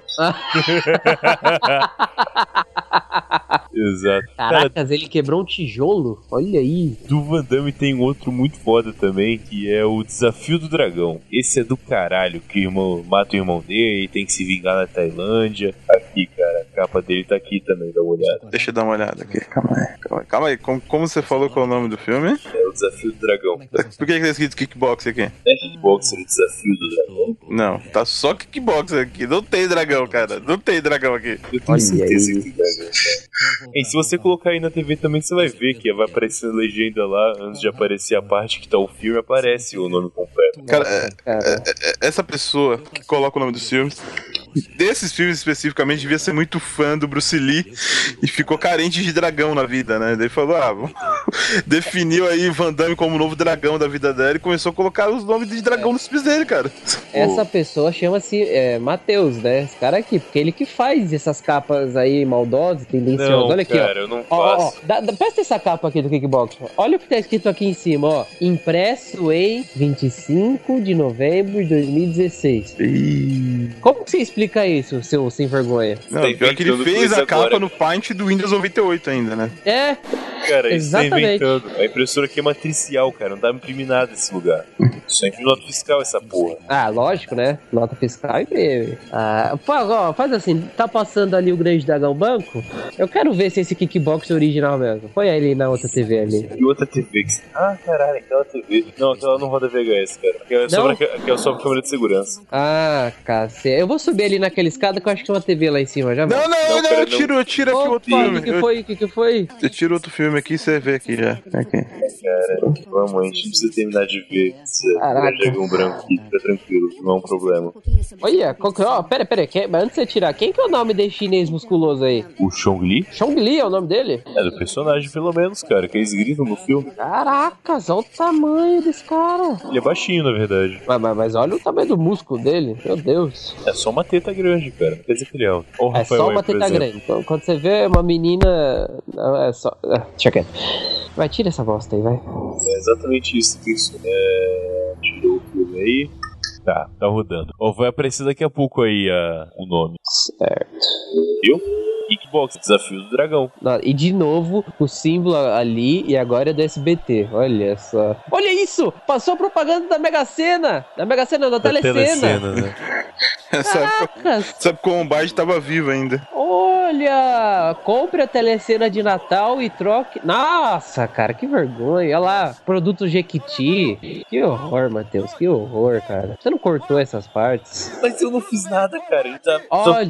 Speaker 2: É, exato. Cara,
Speaker 3: Caracas, ele quebrou um tijolo, olha aí.
Speaker 2: do Van Damme tem um outro muito foda também, que é o Desafio do Dragão. Esse é do caralho, que o irmão mata o irmão dele, tem que se vingar na Tailândia. Aqui, cara, a capa dele tá aqui também, dá uma olhada.
Speaker 1: Deixa eu dar uma olhada aqui. Calma aí. Calma aí. Calma aí. Como, como você falou qual é o nome do filme?
Speaker 2: É o Desafio do Dragão.
Speaker 1: Por que que tá escrito kickbox aqui?
Speaker 2: É kickboxer, o Desafio do Dragão.
Speaker 1: Não, tá só kickbox aqui. Não tem dragão, cara. Não tem dragão aqui.
Speaker 2: Eu tenho
Speaker 3: Olha
Speaker 2: certeza
Speaker 3: aí.
Speaker 2: que tem dragão. E se você colocar aí na TV também, você vai ver que vai aparecer a legenda lá, antes de aparecer a parte que tá o filme, aparece o nome completo.
Speaker 1: Cara, é-
Speaker 3: Cara,
Speaker 1: é- essa pessoa que coloca o nome dos filmes, desses filmes especificamente, devia ser muito fã do Bruce Lee e ficou carente de dragão na vida, né? Daí falou, ah, vamos- <laughs> definiu aí Van Damme como o novo dragão da vida dela e começou a colocar os nomes de dragão nos filmes dele, cara.
Speaker 3: essa pessoa chama-se é, Matheus, né? Esse cara aqui, porque ele que faz essas capas aí maldosas, tendenciosas.
Speaker 2: Não,
Speaker 3: olha aqui, ó.
Speaker 2: cara, eu não
Speaker 3: Ó, Ó, ó,
Speaker 2: faço.
Speaker 3: dá- dá- presta essa capa aqui do Kickbox. Olha o que tá escrito aqui em cima, ó. Impresso em 25 de novembro de 2016. Como que você explica isso, seu sem vergonha?
Speaker 1: Não,
Speaker 2: Tá
Speaker 1: pior que ele
Speaker 2: inventando
Speaker 1: fez
Speaker 2: coisa
Speaker 1: a capa
Speaker 2: agora.
Speaker 1: no Paint do Windows 98 ainda, né?
Speaker 3: É,
Speaker 2: Cara, isso tá
Speaker 3: Exatamente.
Speaker 2: inventando. A impressora aqui é matricial, cara. Não dá imprimir nada nesse lugar. Só imprime nota fiscal essa porra.
Speaker 3: ah, lógico, né? Nota fiscal e prêmio. Ah, fa- ó, faz assim, tá passando ali o grande dragão banco? Eu quero ver se esse kickbox é original mesmo. Põe ele na outra TV ali.
Speaker 2: E outra TV que... Ah, caralho, aquela TV... Não, aquela não roda VHS, cara. Aquela é só,
Speaker 3: Não?
Speaker 2: pra... aquela é só pra câmera de segurança.
Speaker 3: Ah, cacete. Eu vou subir ali naquela escada que eu acho que tem uma TV lá em cima, já
Speaker 1: Não, não,
Speaker 2: Não,
Speaker 1: não,
Speaker 2: cara,
Speaker 1: eu tiro, eu tiro aqui outro
Speaker 3: Opa, o que,
Speaker 1: filme.
Speaker 3: que
Speaker 1: Eu,
Speaker 3: foi? O que, que foi?
Speaker 1: eu tiro outro filme aqui e você vê aqui já. Aqui.
Speaker 2: Vamos, Então, a gente não precisa terminar de ver esse
Speaker 3: Caraca.
Speaker 2: dragão branco aqui. Fica tranquilo, não é um problema.
Speaker 3: Olha, qual que, é? ó, pera, pera, quem, mas antes de você tirar, quem que é o nome desse chinês musculoso aí?
Speaker 2: O Chong Li
Speaker 3: Chong Li é o nome dele?
Speaker 2: é do personagem, pelo menos, cara. Que eles gritam no filme.
Speaker 3: Caracas, olha o tamanho desse cara.
Speaker 2: Ele é baixinho, na verdade.
Speaker 3: Mas, mas, mas olha o tamanho do músculo dele, meu Deus.
Speaker 2: É só uma teta grande, cara. Não quer dizer que ele é alto. Ó o
Speaker 3: É
Speaker 2: Rafael
Speaker 3: só
Speaker 2: aí,
Speaker 3: uma
Speaker 2: por
Speaker 3: teta
Speaker 2: exemplo.
Speaker 3: grande. Então, quando você vê uma menina. não, É só. ah, Deixa quieto. Vai, tira essa bosta aí, vai.
Speaker 2: É exatamente isso que isso é. Tirou o filme aí. Tá, tá rodando. Ó, vai aparecer daqui a pouco aí a- o nome.
Speaker 3: Certo.
Speaker 2: Kickbox, Desafio do Dragão.
Speaker 3: Não, E de novo, o símbolo ali e agora é do SBT. Olha só. Olha isso! Passou a propaganda da Mega Sena! Da Mega Sena, da
Speaker 2: Da
Speaker 3: Telecena!
Speaker 2: Telecena, né?
Speaker 1: Essa época,
Speaker 3: Caracas!
Speaker 1: essa época o Lombardi tava vivo ainda.
Speaker 3: Olha, compre a telecena de Natal e troque. Nossa, cara, que vergonha. Olha lá, produto Jequiti. Que horror, Matheus, que horror, cara. Você não cortou essas partes?
Speaker 2: <laughs> Mas eu não fiz nada, cara. Ele tá.
Speaker 3: Olha,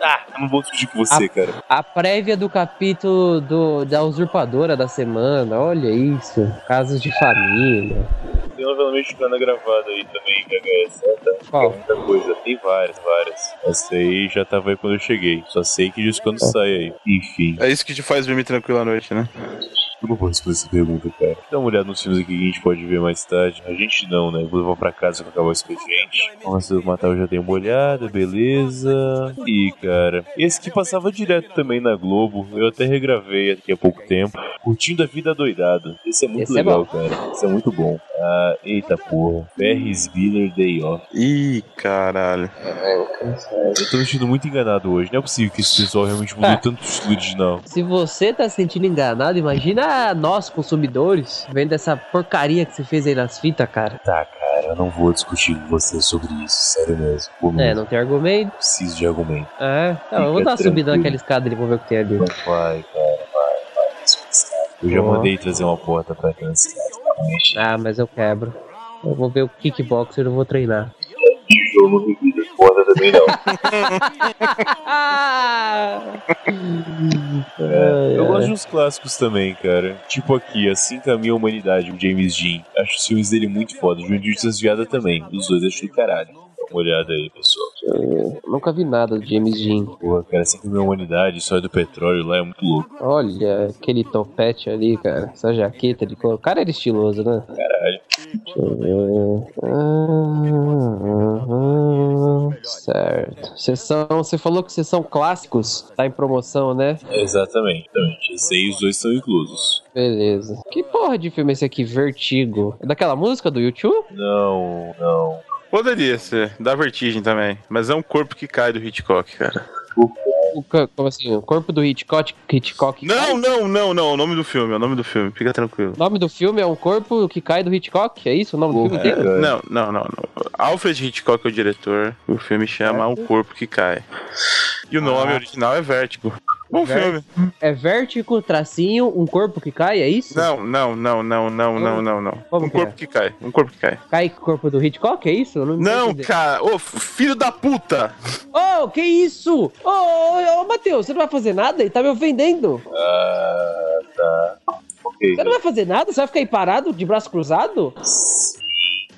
Speaker 2: Ah, eu não vou discutir com você, cara.
Speaker 3: a prévia do capítulo do- da usurpadora da semana. Olha isso, casos de família.
Speaker 2: tem novela mexicana gravada aí também, VHS. É, tá.
Speaker 3: Qual?
Speaker 2: Tem Muita coisa. Tem várias, várias. Essa aí já tava aí quando eu cheguei. Só sei que diz quando sai aí. Enfim.
Speaker 1: É isso que te faz dormir tranquilo à noite, né?
Speaker 2: Eu não vou responder essa pergunta, cara. Dá uma olhada nos filmes aqui que a gente pode ver mais tarde. A gente não, né? Vou levar pra casa pra acabar o expediente. Nossa, do Matal já dei uma olhada, beleza. E, cara, esse que passava direto também na Globo. Eu até regravei aqui há pouco tempo. Curtindo a vida doidado. Esse é muito
Speaker 3: Esse é
Speaker 2: legal,
Speaker 3: bom.
Speaker 2: cara. Esse é muito bom. Ah, eita porra. Ferris Bueller Day Off.
Speaker 1: Ih, caralho.
Speaker 2: Eu tô me sentindo muito enganado hoje. Não é possível que esse pessoal realmente mudou
Speaker 3: Ah.
Speaker 2: tanto o estilo original.
Speaker 3: Se você tá se sentindo enganado, imagina nós, consumidores, vendo essa porcaria que você fez aí nas fitas, cara.
Speaker 2: Tá, cara, eu não vou discutir com você sobre isso. Sério mesmo. Por
Speaker 3: É, não tem argumento.
Speaker 2: preciso de argumento.
Speaker 3: É, tá, eu vou
Speaker 2: Hum. Fica
Speaker 3: dar uma subida
Speaker 2: tranquilo.
Speaker 3: naquela escada ali, vou ver o que tem ali.
Speaker 2: Vai, cara, vai, vai. Eu já
Speaker 3: Ó.
Speaker 2: mandei trazer uma porta pra assim, né? câncer.
Speaker 3: Ah, mas eu quebro. Eu vou ver o kickboxer, eu
Speaker 2: <laughs>
Speaker 3: vou treinar.
Speaker 2: Eu não duvido de porta também, não.
Speaker 3: Ah!
Speaker 2: É,
Speaker 3: É.
Speaker 2: Eu gosto de uns clássicos também, cara. Tipo aqui, Assim Caminha a Humanidade, o James Dean. Acho os filmes dele muito foda. Juventude Desviada também. Os dois acho do caralho. Dá uma olhada aí, pessoal.
Speaker 3: Nunca vi nada do James Dean.
Speaker 2: Porra, cara, Assim Caminha a Humanidade, só é do petróleo lá, é muito louco.
Speaker 3: Olha aquele topete ali, cara. Essa jaqueta de couro. O cara era estiloso, né?
Speaker 2: Caralho.
Speaker 3: Deixa eu ver. Ah, ah, ah, certo. Sessão, você falou que sessão clássicos tá em promoção, né?
Speaker 2: É, Exatamente, exatamente. Esse aí os dois são inclusos.
Speaker 3: Beleza. Que porra de filme é esse aqui? Vertigo. É daquela música do YouTube?
Speaker 2: Não, não.
Speaker 1: Poderia ser, dá vertigem também. Mas é um corpo que cai do Hitchcock, cara.
Speaker 3: O ca- Como assim? O corpo do Hitchcock? Hitchcock
Speaker 1: Não, não, não, não. O nome do filme, é o nome do filme, fica tranquilo.
Speaker 3: O nome do filme é Um Corpo que Cai do Hitchcock? É isso o nome do filme inteiro?
Speaker 2: É.
Speaker 1: Não, não, não, não. Alfred Hitchcock é o diretor. O filme
Speaker 3: É.
Speaker 1: chama Um Corpo que Cai. E o nome original é Vértigo. Bom
Speaker 3: Ah. Vértigo.
Speaker 1: filme.
Speaker 3: É vértigo, tracinho, um corpo que cai, é isso?
Speaker 1: Não, não, não, não, não, não, não, não.
Speaker 3: Como
Speaker 1: Um
Speaker 3: que é?
Speaker 1: corpo que cai. Um corpo que cai.
Speaker 3: Cai com o corpo do Hitchcock, é isso? Eu não,
Speaker 1: Não,
Speaker 3: entendi.
Speaker 1: cara. Ô, filho da puta!
Speaker 3: Ô, Oh, que isso? Ô, ô, ô, Matheus, você não vai fazer nada? Ele tá me ofendendo.
Speaker 2: Ah, tá. Ok.
Speaker 3: Você não vai fazer nada? Você vai ficar aí parado, de braço cruzado?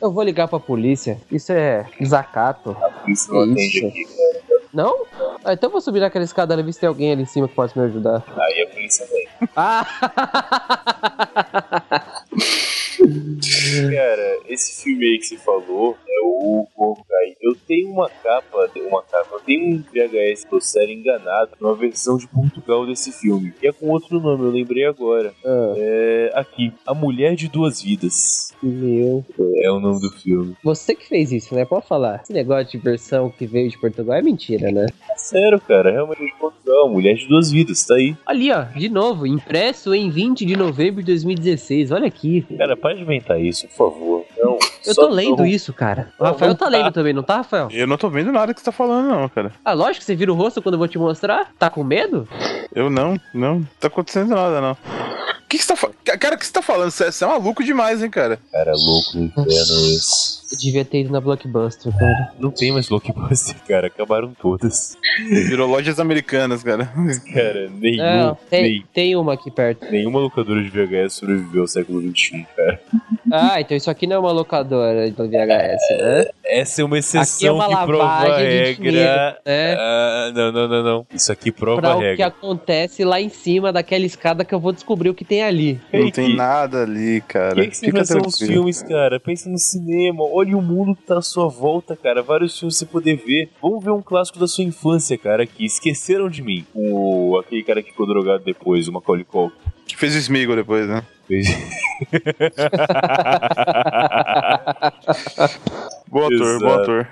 Speaker 3: Eu vou ligar pra polícia. Isso é desacato.
Speaker 2: Isso não atende
Speaker 3: Isso.
Speaker 2: aqui, cara.
Speaker 3: Não? Ah, então eu vou subir naquela escada ali, ver se tem alguém ali em cima que pode me ajudar. <laughs>
Speaker 2: Aí a polícia vem.
Speaker 3: Ah!
Speaker 2: Cara, esse filme aí que você falou é o Corpo Caído. Eu tenho uma capa, uma capa, eu tenho um VHS que eu sério enganado numa versão de Portugal desse filme. E é com outro nome, eu lembrei agora.
Speaker 3: Ah,
Speaker 2: É aqui, A Mulher de Duas Vidas.
Speaker 3: meu
Speaker 2: É o nome do filme.
Speaker 3: Você que fez isso, né? Pode falar. Esse negócio de versão que veio de Portugal é mentira, né?
Speaker 2: É sério, cara, realmente é de Portugal, Mulher de Duas Vidas, tá aí.
Speaker 3: Ali, ó, de novo, impresso em 20 de novembro de 2016. Olha aqui.
Speaker 2: Cara, para de inventar isso, por favor. Não,
Speaker 3: Eu
Speaker 2: só
Speaker 3: tô lendo
Speaker 2: não.
Speaker 3: isso, cara. O Rafael tá lendo também, não tá, Rafael?
Speaker 1: Eu não tô vendo nada que você tá falando, não, cara.
Speaker 3: Ah, lógico que você vira o rosto quando eu vou te mostrar. Tá com medo?
Speaker 1: Eu não, não. Não tá acontecendo nada, não. O que que você tá falando? Cara, o que você tá falando? Você você é maluco demais, hein, cara?
Speaker 2: Cara, louco no inferno esse.
Speaker 3: Eu devia ter ido na Blockbuster, cara.
Speaker 2: Não tem mais blockbuster, cara. Acabaram todas.
Speaker 1: Virou lojas americanas,
Speaker 2: <laughs>
Speaker 1: cara.
Speaker 2: Cara, nenhum,
Speaker 3: É, ó, tem,
Speaker 2: nem-
Speaker 3: tem uma aqui perto.
Speaker 2: nenhuma locadora de VHS sobreviveu ao século XXI, cara.
Speaker 3: Ah, então isso aqui não é uma locadora do VHS, né?
Speaker 2: Essa é uma
Speaker 3: Aqui é
Speaker 2: exceção
Speaker 3: uma
Speaker 2: que prova a
Speaker 3: lavagem de dinheiro,
Speaker 2: regra.
Speaker 3: né?
Speaker 2: Ah, não, não, não, não. Isso aqui prova
Speaker 3: Pra
Speaker 2: a
Speaker 3: o que
Speaker 2: regra.
Speaker 3: acontece lá em cima daquela escada que eu vou descobrir o que tem <laughs> ali.
Speaker 1: Não
Speaker 2: Ei,
Speaker 1: tem
Speaker 2: que-
Speaker 1: nada ali,
Speaker 2: O
Speaker 1: cara.
Speaker 2: que, é que você pensa nos
Speaker 1: tranquilo.
Speaker 2: filmes, cara? Pensa no cinema. Olha o mundo que tá à sua volta, cara. Vários filmes você poder ver. Vamos ver um clássico da sua infância, cara, que esqueceram de mim. O aquele cara que ficou drogado depois, o Macaulay Culkin. <laughs>
Speaker 1: Que fez o Smigo depois, né?
Speaker 2: Fez-
Speaker 1: Bom ator, bom
Speaker 2: Exato.
Speaker 1: ator.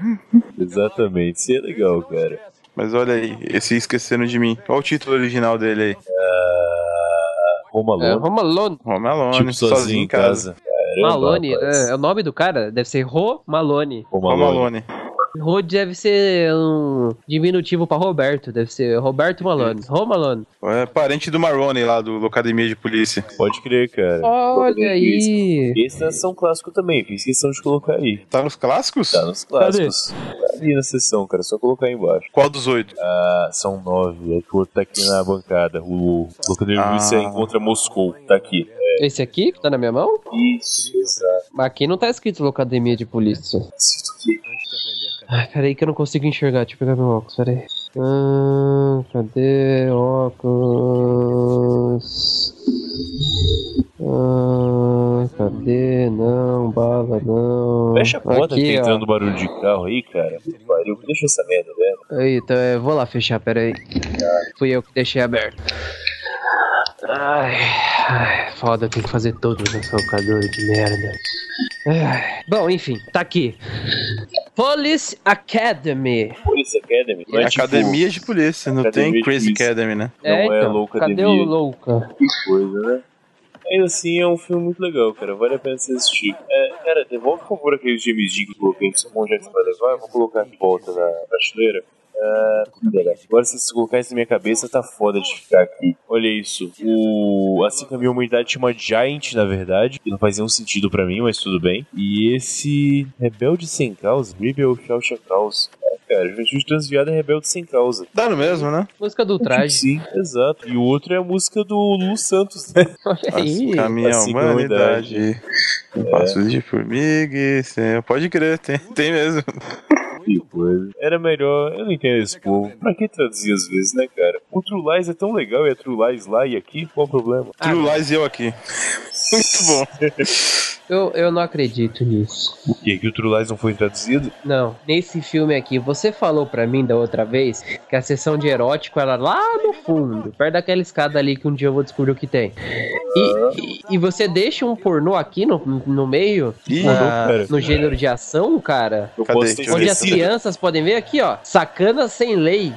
Speaker 2: Exatamente, isso é legal, cara.
Speaker 1: Mas olha aí, esse Esquecendo de Mim. Olha o título original dele aí.
Speaker 2: Ah, Home
Speaker 3: É,
Speaker 2: Alone,
Speaker 3: Home Alone.
Speaker 1: Home Alone,
Speaker 2: tipo sozinho, em casa. Caramba,
Speaker 3: Malone,
Speaker 2: rapaz.
Speaker 3: é, é o nome do cara? Deve ser Ro Malone.
Speaker 2: Home
Speaker 1: Home
Speaker 2: Alone.
Speaker 1: Alone.
Speaker 3: Ro deve ser um diminutivo pra Roberto, deve ser Roberto Malone. Ro Malone.
Speaker 1: É parente do Marrone lá, do Locademia de Polícia.
Speaker 2: Pode crer, cara.
Speaker 3: Olha aí.
Speaker 2: Esse é um clássico também, fiz questão de colocar aí.
Speaker 1: Tá nos clássicos?
Speaker 2: Tá nos clássicos. Tá ali na sessão, cara, só colocar aí embaixo.
Speaker 1: Qual dos oito?
Speaker 2: Ah, são nove, é que o outro tá aqui na bancada. O Locadeiro
Speaker 1: Ah.
Speaker 2: Luiz encontra Moscou, tá aqui. É,
Speaker 3: Esse aqui que tá na minha mão?
Speaker 2: Isso, Tá exato.
Speaker 3: Mas aqui não tá escrito Locademia de Polícia.
Speaker 2: Sinto que
Speaker 3: Ai, peraí que eu não consigo enxergar. Deixa eu pegar meu óculos, peraí. Ahn, cadê óculos? Ahn, Ah, cadê? Não, bala não.
Speaker 2: Fecha a porta que
Speaker 3: Aqui,
Speaker 2: tá
Speaker 3: ó.
Speaker 2: entrando barulho de carro aí, cara. Puta que Pariu, deixa essa merda, velho.
Speaker 3: Eita, é, vou lá fechar, peraí. Fui eu que deixei aberto. Ai, ai, foda, tem que fazer todos nessa locadora de merda. Ai, bom, enfim, tá aqui. Police Academy.
Speaker 2: Police Academy. Não é, tipo,
Speaker 1: academia de polícia, não
Speaker 2: academia
Speaker 1: tem
Speaker 2: de
Speaker 1: Crazy
Speaker 2: polícia.
Speaker 1: Academy, né?
Speaker 2: é Louca
Speaker 3: então, cadê o
Speaker 2: Academia?
Speaker 3: Louca?
Speaker 2: que coisa, né? Ainda assim, é um filme muito legal, cara. Vale a pena você assistir. É, cara, devolve, por favor, aqueles James Dean que eu coloquei no Simon Jackson vai levar. Eu vou colocar de volta na prateleira. Ah, pera, agora, se você colocar isso na minha cabeça, tá foda de ficar aqui. Olha isso. O... Assim que a minha humanidade chama Giant, na verdade, que não fazia um sentido pra mim, mas tudo bem. E esse Rebelde Sem Causa, Rebel Shaucha Causa. É, cara, Juventude Transviada é Rebelde Sem Causa.
Speaker 1: Dá no mesmo, né?
Speaker 2: <laughs>
Speaker 3: Música do traje.
Speaker 2: Sim, exato. E o outro é a música do Lu Santos, né?
Speaker 3: Olha aí.
Speaker 1: Assim caminha a
Speaker 2: assim,
Speaker 1: humanidade.
Speaker 2: É.
Speaker 1: Em passos de formiga. e sem- Pode crer, tem, tem mesmo.
Speaker 2: Que coisa. Tipo, Era melhor. Eu não entendo esse povo. Pra que traduzir às vezes, né, cara? O True Lies é tão legal e é True Lies lá e aqui. Qual o problema?
Speaker 1: True Lies e eu aqui. Muito bom.
Speaker 3: Eu, eu não acredito nisso.
Speaker 2: E aqui o True Lies não foi traduzido?
Speaker 3: Não, nesse filme aqui, você falou pra mim da outra vez que a sessão de erótico era lá no fundo, perto daquela escada ali que um dia eu vou descobrir o que tem. E, e, e você deixa um pornô aqui no, no meio,
Speaker 1: Ih,
Speaker 3: na-
Speaker 2: mandou, cara.
Speaker 3: no gênero de ação, cara?
Speaker 2: Eu
Speaker 1: Cadê?
Speaker 2: posso ter
Speaker 1: Deixa eu
Speaker 3: Onde as
Speaker 2: esquecido.
Speaker 3: crianças podem ver aqui, ó, sacana sem lei.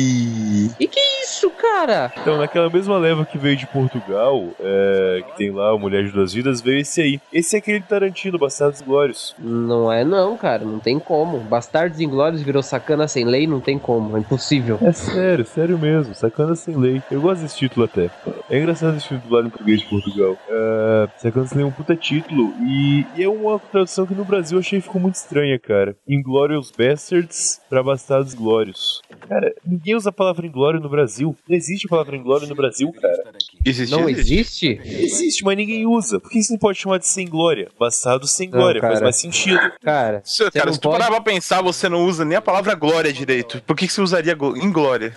Speaker 1: Ih.
Speaker 3: E que isso, cara?
Speaker 2: Então, naquela mesma leva que veio de Portugal, é, que tem lá o Mulher de Duas Vidas, veio esse aí. Esse é aquele Tarantino, Bastardos Glórios.
Speaker 3: Não é não, cara, não tem como. Bastardos Inglórios virou sacana sem lei, não tem como, é impossível.
Speaker 2: É sério, sério mesmo. Sacana sem lei. Eu gosto desse título até. É engraçado esse título lá em português de Portugal. É, sacana sem lei é um puta título. E, e é uma tradução que no Brasil eu achei que ficou muito estranha, cara. Inglorious Bastards pra Bastardos Glórios. Cara, ninguém usa a palavra inglório no Brasil. Não existe a palavra inglório no Brasil, cara.
Speaker 1: Existe,
Speaker 3: Não
Speaker 1: existe.
Speaker 3: existe?
Speaker 2: Existe, mas ninguém usa. Por que você não pode chamar de sem glória? Bastardos sem
Speaker 3: Não,
Speaker 2: glória. Faz
Speaker 3: cara.
Speaker 2: mais sentido.
Speaker 3: Cara,
Speaker 1: Se- cara,
Speaker 3: não
Speaker 1: se tu
Speaker 3: pode-
Speaker 1: parar pra pensar, você não usa nem a palavra glória direito. Por que, que você usaria glo- inglória?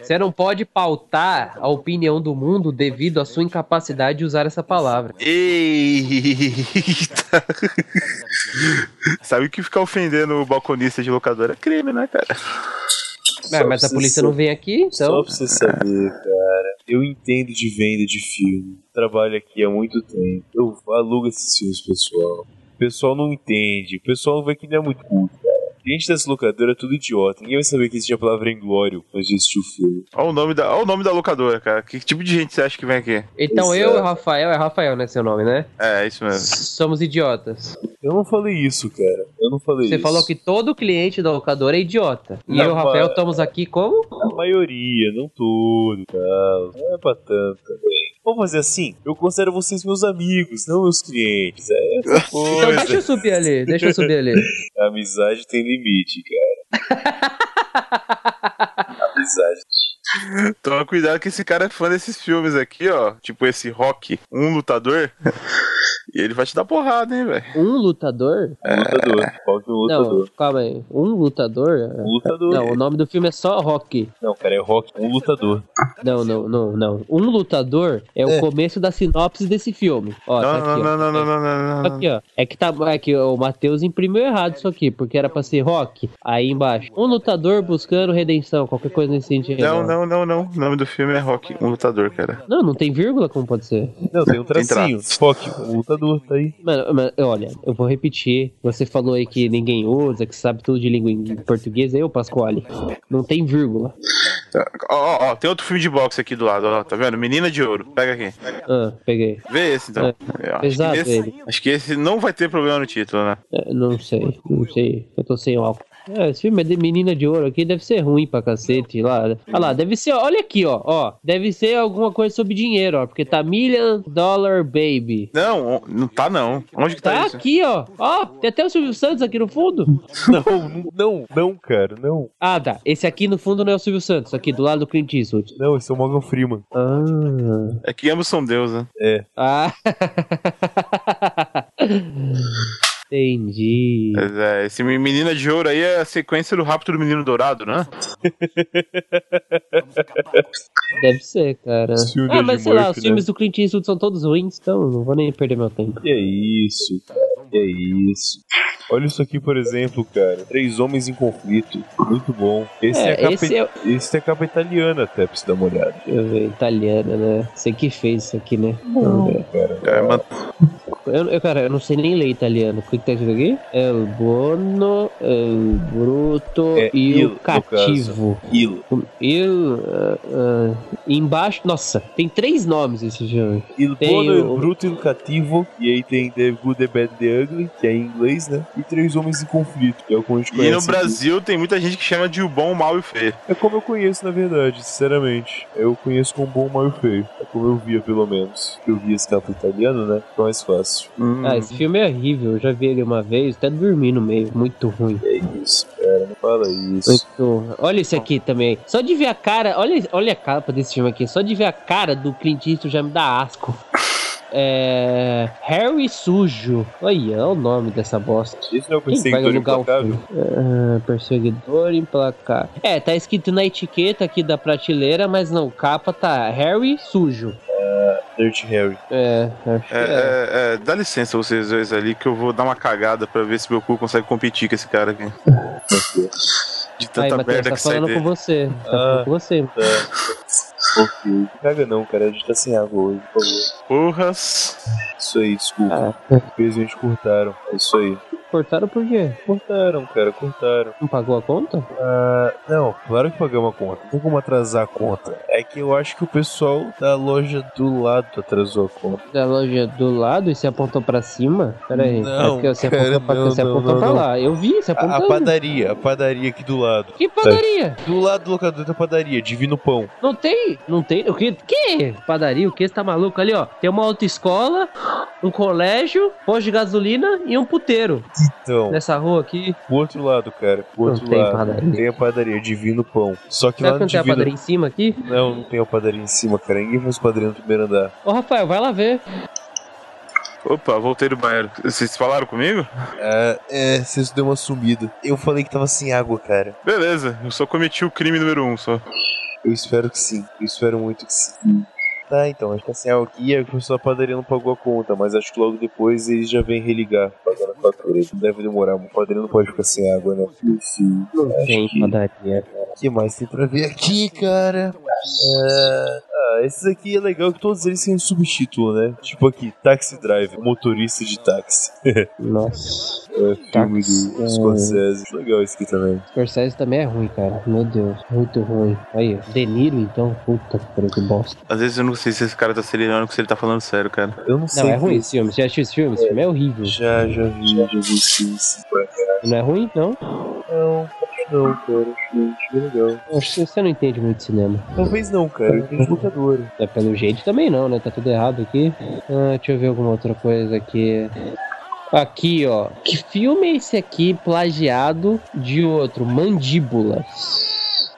Speaker 3: Você não pode pautar a opinião do mundo devido à sua incapacidade de usar essa palavra.
Speaker 1: Eita! Sabe que ficar ofendendo o balconista de locadora é crime, né, cara?
Speaker 3: Ah, mas a polícia não vem aqui,
Speaker 2: Só
Speaker 3: então.
Speaker 2: pra você saber, cara, eu entendo de venda de filme. Trabalho aqui há muito tempo. Eu alugo esses filmes, pessoal. O pessoal não entende. O pessoal vê que não é muito culto, cara. Gente dessa locadora é tudo idiota. Ninguém vai saber que existia a palavra inglório antes de assistir o filme.
Speaker 1: Olha o nome da, olha o nome da locadora, cara. Que tipo de gente você acha que vem aqui?
Speaker 3: Então
Speaker 2: Isso
Speaker 3: eu
Speaker 2: é-
Speaker 3: e o Rafael, é Rafael, né? Seu nome, né?
Speaker 1: É, isso mesmo.
Speaker 3: Somos idiotas.
Speaker 2: Eu não falei isso, cara. Eu não falei
Speaker 3: Você
Speaker 2: isso.
Speaker 3: falou que todo cliente da locadora é idiota. E
Speaker 2: Não,
Speaker 3: eu e o Rafael
Speaker 2: mas-
Speaker 3: estamos aqui como?
Speaker 2: A maioria, não todo e tal. Não é pra tanto também. Vamos fazer assim? Eu considero vocês meus amigos, não meus clientes. É essa
Speaker 3: Então
Speaker 2: coisa.
Speaker 3: deixa eu subir ali, deixa eu
Speaker 2: <laughs>
Speaker 3: subir ali.
Speaker 2: A amizade tem limite, cara. <laughs> amizade.
Speaker 1: Toma cuidado que esse cara é fã desses filmes aqui, ó. Tipo esse rock, um lutador. <laughs> e ele vai te dar porrada, hein, velho.
Speaker 3: Um lutador?
Speaker 2: Um lutador. Falta um
Speaker 3: Não,
Speaker 2: lutador.
Speaker 3: calma aí. Um lutador?
Speaker 2: Um lutador.
Speaker 3: Não, o nome do filme é só Rock.
Speaker 2: Não, cara, é rock. Um lutador.
Speaker 3: Não, não, não, não. Um lutador é o começo da sinopse desse filme. Ó, tá
Speaker 1: Não,
Speaker 3: aqui, ó.
Speaker 1: não, não, não, não, não, não, não, não.
Speaker 3: Aqui, ó. É que, tá, é que o Matheus imprimiu errado isso aqui, porque era pra ser rock. Aí embaixo. Um lutador buscando redenção, qualquer coisa nesse sentido.
Speaker 1: Não, não, não, não. O nome do filme é Rock, um lutador, cara.
Speaker 3: Não, não tem vírgula, como pode ser?
Speaker 2: Não, tem um tracinho.
Speaker 1: traço.
Speaker 2: Rock, um lutador, tá aí.
Speaker 3: Mano, mas, olha, eu vou repetir. Você falou aí que ninguém usa, que sabe tudo de língua em português, aí eu, Pasquale. Não tem vírgula.
Speaker 1: Ó, ó, ó, tem outro filme de boxe aqui do lado, ó. Tá vendo? Menina de Ouro. Pega aqui.
Speaker 3: Ah, peguei.
Speaker 1: Vê esse, então. É, ó, acho,
Speaker 3: Exato,
Speaker 1: que esse,
Speaker 3: ele.
Speaker 1: acho que esse não vai ter problema no título, né?
Speaker 3: É, Não sei, não sei. Eu tô sem óculos. É, esse filme é de Menina de Ouro aqui, deve ser ruim pra cacete. Lá. Olha lá, deve ser, olha aqui, ó, ó. Deve ser alguma coisa sobre dinheiro, ó, porque tá Million Dollar Baby.
Speaker 1: Não, não tá não. Onde que tá,
Speaker 3: Tá
Speaker 1: isso?
Speaker 3: aqui, ó. Ó, tem até o Silvio Santos aqui no fundo.
Speaker 2: <laughs> Não, não, não, não, cara, não.
Speaker 3: Ah, tá. Esse aqui no fundo não é o Silvio Santos, aqui do lado do Clint Eastwood.
Speaker 2: Não, esse é o Morgan Freeman.
Speaker 3: Ah.
Speaker 1: É que ambos são deus, né?
Speaker 3: Ah. <laughs> Entendi.
Speaker 1: Mas, é, esse Menina de Ouro aí é a sequência do Rapto do Menino Dourado, né?
Speaker 3: Deve ser, cara.
Speaker 2: Esse filme
Speaker 3: Ah,
Speaker 2: de
Speaker 3: mas sei
Speaker 2: Murphy,
Speaker 3: lá, os
Speaker 2: né?
Speaker 3: filmes do Clint Eastwood são todos ruins, então não vou nem perder meu tempo.
Speaker 2: Que é isso, cara, que é isso. Olha isso aqui, por exemplo, cara. Três homens em conflito. Muito bom. Esse é, a capa,
Speaker 3: esse é,
Speaker 2: esse é a capa italiana, até pra se dar uma olhada.
Speaker 3: Deixa eu ver, italiana, né? Você que fez isso aqui, né?
Speaker 1: É, mas
Speaker 3: Eu, eu, cara, eu não sei nem ler italiano. O que, que tá escrito aqui? El buono, el bruto
Speaker 2: É,
Speaker 3: e
Speaker 2: il,
Speaker 3: o
Speaker 2: no
Speaker 3: cativo.
Speaker 2: Il.
Speaker 3: Il. ah, ah, embaixo. Nossa, tem três nomes esse filme.
Speaker 2: Il
Speaker 3: Tem
Speaker 2: Bono, Il
Speaker 3: o-
Speaker 2: Bruto, Il Cativo. E aí tem The Good, The Bad, The Ugly, que é em inglês, né? E Três Homens em Conflito, que é como a gente
Speaker 1: E
Speaker 2: conhece.
Speaker 1: no
Speaker 2: aqui.
Speaker 1: Brasil tem muita gente que chama de o bom, o mal e o feio.
Speaker 2: É como eu conheço, na verdade, sinceramente. Eu conheço com um bom, mal e feio. É como eu via, pelo menos. Eu via esse capa italiano, né? Então é mais fácil.
Speaker 1: Hum.
Speaker 3: Ah, esse
Speaker 2: Uhum.
Speaker 3: filme é horrível. Eu já vi ele uma vez, até dormi no meio. Muito ruim.
Speaker 2: É isso, cara. Não fala isso.
Speaker 3: Muito. Olha isso aqui também. Só de ver a cara, olha, olha a capa desse filme aqui. Só de ver a cara do Clint Eastwood já me dá asco.
Speaker 1: <laughs>
Speaker 3: É. Harry Sujo. Olha, é o nome dessa bosta.
Speaker 2: Esse não é o
Speaker 3: Quem vai
Speaker 2: perseguidor
Speaker 3: alugar o
Speaker 2: implacável?
Speaker 3: filme? Ah, perseguidor implacável. É, tá escrito na etiqueta aqui da prateleira, mas não, capa tá Harry Sujo.
Speaker 2: Dirty Harry.
Speaker 3: É, acho que
Speaker 1: É,
Speaker 3: é.
Speaker 1: é, é, dá licença vocês dois ali que eu vou dar uma cagada pra ver se meu cu consegue competir com esse cara aqui. De
Speaker 3: Aí,
Speaker 1: tanta
Speaker 3: Matheus,
Speaker 1: merda
Speaker 3: tá
Speaker 1: que sai
Speaker 3: falando
Speaker 1: dele.
Speaker 3: com você. Tá
Speaker 2: Ah.
Speaker 3: falando com você.
Speaker 2: Tá. <laughs> ok. Caga não, cara. A gente tá sem água hoje, por favor.
Speaker 1: Porras.
Speaker 2: Isso aí, desculpa.
Speaker 3: Ah.
Speaker 2: Infelizmente cortaram. É isso aí.
Speaker 3: Cortaram por quê?
Speaker 2: Cortaram, cara. Cortaram.
Speaker 3: Não pagou a conta?
Speaker 2: Ah, não, claro que pagamos a conta. Não tem como atrasar a conta. É que eu acho que o pessoal da loja do lado atrasou a conta.
Speaker 3: da loja do lado e se apontou pra cima? Pera aí.
Speaker 2: Não,
Speaker 3: é porque você
Speaker 2: cara,
Speaker 3: apontou pra,
Speaker 2: não,
Speaker 3: você
Speaker 2: não,
Speaker 3: apontou
Speaker 2: não,
Speaker 3: pra
Speaker 2: não.
Speaker 3: lá. Eu vi, você
Speaker 2: A,
Speaker 3: apontou.
Speaker 2: a padaria, a padaria aqui do lado.
Speaker 3: Que padaria?
Speaker 2: Do lado do locador da padaria, Divino Pão.
Speaker 3: Não tem? Não tem? O que? Que? Padaria? O que? Você tá maluco? Ali, ó. Tem uma autoescola, um colégio, posto de gasolina e um puteiro.
Speaker 2: Então,
Speaker 3: Nessa rua aqui.
Speaker 2: pro outro lado, cara, pro
Speaker 3: É. Não
Speaker 2: outro
Speaker 3: tem
Speaker 2: lado.
Speaker 3: padaria.
Speaker 2: Tem a padaria, Divino Pão. Só que lá
Speaker 3: Será que
Speaker 2: no
Speaker 3: não tem a
Speaker 2: Divino...
Speaker 3: padaria em cima aqui?
Speaker 2: Não, não tem a padaria em cima, cara. Ninguém faz padaria no primeiro andar.
Speaker 3: Ô, Rafael, vai lá ver.
Speaker 1: Opa, voltei do banheiro. Vocês falaram comigo?
Speaker 2: Ah, é, vocês deu uma sumida. Eu falei que tava sem água, cara.
Speaker 1: Beleza, eu só cometi o crime número um só.
Speaker 2: Eu espero que sim. Eu espero muito que sim. Tá, então, acho que assim, ah, e a pessoa padaria não pagou a conta, mas acho que logo depois eles já vêm religar, pagando a fatura. Não deve demorar, o padaria não pode ficar sem água, né? Enfim,
Speaker 3: Não tem
Speaker 2: que-
Speaker 3: padaria.
Speaker 2: o que mais tem pra ver aqui, cara? Ah, ah, esses aqui é legal que todos eles têm um subtítulo, né? Tipo aqui, Taxi Drive, motorista de táxi. <laughs>
Speaker 3: Nossa.
Speaker 2: É filme
Speaker 3: Táxi,
Speaker 2: do Scorsese. Acho Legal esse aqui também.
Speaker 3: Scorsese também é ruim, cara. Meu Deus. Muito ruim. Aí, ó. De Niro, então. Puta que pariu, que bosta.
Speaker 1: Às vezes eu não sei se esse cara tá acelerando ou se ele tá falando sério, cara.
Speaker 2: Eu não sei.
Speaker 3: Não, é ruim esse filme. Você já assistiu esse filme? Esse filme é horrível.
Speaker 2: Já, já vi, já vi sim, sim.
Speaker 3: Não é ruim, não?
Speaker 2: Não, acho não, cara. Acho, acho bem legal.
Speaker 3: Acho que Você não entende muito de cinema.
Speaker 2: Talvez não, cara. Eu tenho locadora.
Speaker 3: É pelo jeito também não, né? Tá tudo errado aqui. Ah, deixa eu ver alguma outra coisa aqui. Aqui, ó. Que filme é esse aqui plagiado de outro? Mandíbula.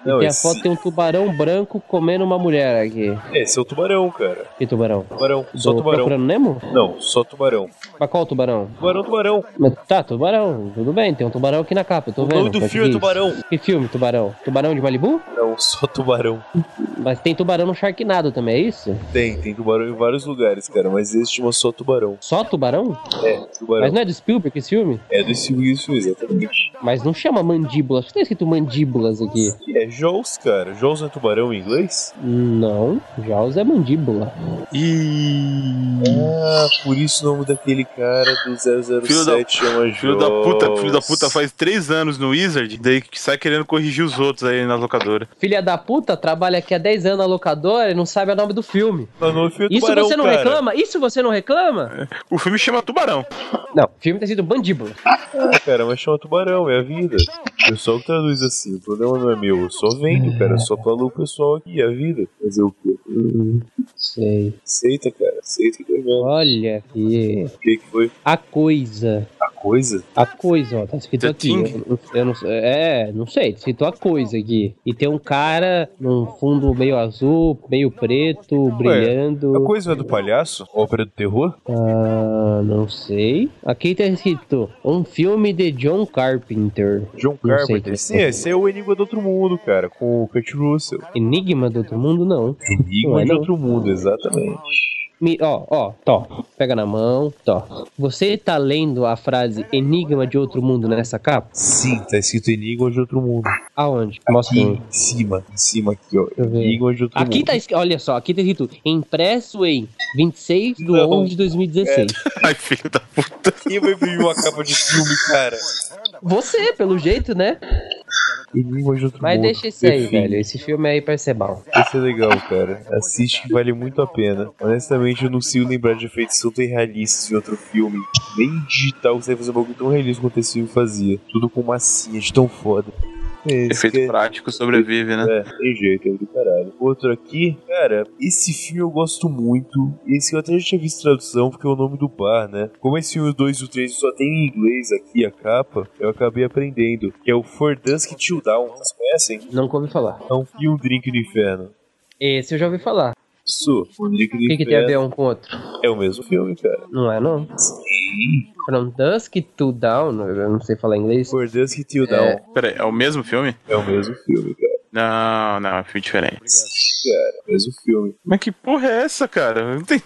Speaker 2: Não,
Speaker 3: Tem a
Speaker 2: esse,
Speaker 3: foto, tem um tubarão branco comendo uma mulher aqui.
Speaker 2: esse é o tubarão, cara.
Speaker 3: Que tubarão?
Speaker 2: Tubarão. Só
Speaker 3: Do
Speaker 2: tubarão.
Speaker 3: Procurando Nemo?
Speaker 2: Não, só tubarão.
Speaker 3: Mas qual tubarão?
Speaker 2: Tubarão, tubarão.
Speaker 3: Mas Tá, tubarão. Tudo bem, tem um tubarão aqui na capa. eu Tô
Speaker 2: O
Speaker 3: vendo.
Speaker 2: nome do
Speaker 3: mas
Speaker 2: filme é
Speaker 3: que isso?
Speaker 2: tubarão.
Speaker 3: Que filme, tubarão? Tubarão de Malibu?
Speaker 2: Não, só tubarão.
Speaker 3: Mas tem tubarão no Sharknado também, é isso?
Speaker 2: Tem, tem tubarão em vários lugares, cara. Mas esse chama só tubarão.
Speaker 3: Só tubarão?
Speaker 2: É, tubarão.
Speaker 3: Mas não é do Spielberg esse filme?
Speaker 2: É do Steve Gibson, exatamente.
Speaker 3: Mas não chama mandíbulas. Por que tá escrito mandíbulas aqui?
Speaker 2: É Jaws, cara. Jaws não é tubarão em inglês?
Speaker 3: Não, Jaws é mandíbula.
Speaker 1: Ih.
Speaker 2: Ah, por isso o nome daquele cara do 007
Speaker 1: Filho da-
Speaker 2: chama Jaws.
Speaker 1: Filho da puta, filho da puta faz três anos no Wizard, daí que sai querendo corrigir os outros aí na locadora.
Speaker 3: Filha da puta trabalha aqui há 10 anos na locadora e não sabe o nome do filme.
Speaker 2: Não, não, filho do
Speaker 3: Isso
Speaker 2: tubarão,
Speaker 3: você não
Speaker 2: cara. É.
Speaker 3: reclama? Isso você não reclama?
Speaker 1: O filme chama Tubarão. <laughs>
Speaker 3: Não, o filme tem sido mandíbula.
Speaker 2: Ah, cara, mas chama tubarão. normal, é a vida. O pessoal que traduz assim, o problema não é meu, eu só vendo, cara, eu só falo o pessoal aqui, é a vida. Fazer o quê?
Speaker 3: Sei.
Speaker 2: Aceita, cara, aceita que é mesmo.
Speaker 3: Olha aqui.
Speaker 2: O que, que foi
Speaker 3: A coisa.
Speaker 2: a coisa?
Speaker 3: A coisa, ó, tá escrito
Speaker 1: The
Speaker 3: aqui.
Speaker 1: Thing?
Speaker 3: Eu, eu não sei. É, não sei, tá escrito a coisa aqui. E tem um cara num fundo meio azul, meio preto, brilhando.
Speaker 2: A coisa é do palhaço? Ópera do terror?
Speaker 3: Ah, não sei. Aqui tá escrito um filme de John Carpenter.
Speaker 2: John
Speaker 3: Não sei quem é.
Speaker 2: Carpenter? Sim, esse é o Enigma do Outro Mundo, cara, com o Kurt Russell.
Speaker 3: Enigma do outro mundo, não. Não
Speaker 2: Enigma
Speaker 3: é,
Speaker 2: de
Speaker 3: não.
Speaker 2: Outro Mundo, exatamente.
Speaker 3: Me- ó, ó, tó. Pega na mão, tó. Você tá lendo a frase Enigma de outro mundo nessa capa?
Speaker 2: Sim, tá escrito Enigma de Outro Mundo.
Speaker 3: Aonde? Mostra
Speaker 2: Aqui
Speaker 3: pra mim.
Speaker 2: em cima, em cima aqui, ó.
Speaker 3: eu ver.
Speaker 2: Enigma de Outro
Speaker 3: Aqui
Speaker 2: Mundo.
Speaker 3: tá escrito, olha só, aqui tá escrito impresso em 26 de
Speaker 2: Não. É.
Speaker 3: 11 de 2016.
Speaker 1: Ai, filho da puta.
Speaker 2: Quem vai imprimir uma capa de filme, cara?
Speaker 3: Você, pelo jeito, né?
Speaker 2: Enigma de Outro
Speaker 3: Mas
Speaker 2: Mundo.
Speaker 3: deixa isso aí,
Speaker 2: Define.
Speaker 3: velho. Esse filme aí parece ser bom.
Speaker 2: Esse é legal, cara. Assiste que vale muito a pena. Honestamente, eu não consigo lembrar de efeitos tão realistas em outro filme. Nem digital você fazer um bagulho tão realista quanto esse filme fazia. Tudo com massinha de tão foda. Esse
Speaker 1: Efeito
Speaker 2: que é-
Speaker 1: prático sobrevive, né?
Speaker 2: É, tem jeito, é do caralho. Outro aqui, cara, esse filme eu gosto muito. Esse eu até já tinha visto tradução, porque é o nome do bar, né? Como esse filme 2 e o 3 só tem em inglês aqui a capa, eu acabei aprendendo. Que é o For Dusk Till Down, vocês conhecem?
Speaker 3: Nunca ouvi falar.
Speaker 2: Então, e um drink do inferno.
Speaker 3: Esse eu já ouvi falar.
Speaker 2: Isso, um drink do
Speaker 3: O que, que tem a
Speaker 2: inferno.
Speaker 3: ver um com o outro?
Speaker 2: É o mesmo filme, cara.
Speaker 3: Não é, não? From Dusk to Down, eu não sei falar inglês.
Speaker 2: For Dusk Till Down
Speaker 1: Peraí, é o mesmo filme?
Speaker 2: é o mesmo filme, cara.
Speaker 1: Não, não, é um filme diferente.
Speaker 2: Cara, é o mesmo filme.
Speaker 1: Mas que porra é essa, cara? Não tem.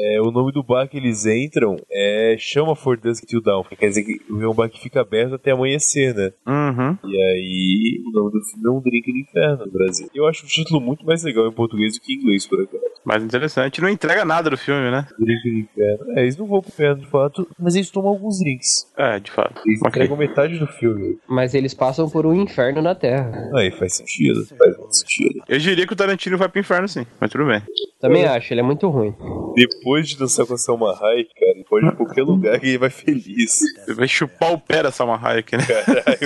Speaker 2: É, o nome do bar que eles entram é chama For Dusk Till Down. Quer dizer que é um bar que fica aberto até amanhecer, né?
Speaker 1: Uhum.
Speaker 2: E aí, o nome do filme é Um Drink no Inferno, no Brasil. Eu acho o título muito mais legal em português do que em inglês, por acaso. Um
Speaker 1: Mas interessante. Não entrega nada do filme, né?
Speaker 2: Drink no Inferno. É, eles não vão pro inferno, de fato, mas eles tomam alguns drinks.
Speaker 1: É, de fato.
Speaker 2: Eles
Speaker 1: Ok.
Speaker 2: entregam metade do filme.
Speaker 3: Mas eles passam por um inferno na Terra.
Speaker 2: Aí faz sentido, faz muito sentido.
Speaker 1: Eu diria que o Tarantino vai pro inferno, sim. Mas tudo bem.
Speaker 3: Também acho, ele é muito ruim.
Speaker 2: Depois de dançar com a Salma Hayek, cara, ele pode ir pra qualquer lugar que ele vai feliz.
Speaker 1: Ele vai chupar o pé da Salma Hayek, né?
Speaker 2: Caralho,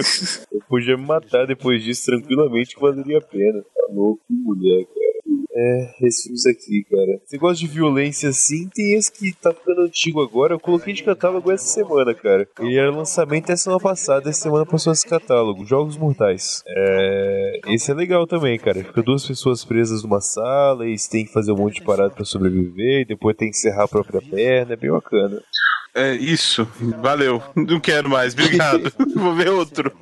Speaker 2: eu podia me matar depois disso tranquilamente, que valeria a pena. Tá louco, que mulher, cara. É, esses filmes aqui, cara. Você gosta de violência assim? Tem esse que tá ficando antigo agora. Eu coloquei de catálogo essa semana, cara. Ele era lançamento essa semana passada, essa semana passou esse catálogo. Jogos Mortais. É, esse é legal também, cara. Fica duas pessoas presas numa sala, e eles têm que fazer um monte de parada pra sobreviver, e depois tem que serrar a própria perna. É bem bacana.
Speaker 1: <laughs> É isso. Valeu. Não quero mais. <laughs> Obrigado. Vou ver outro.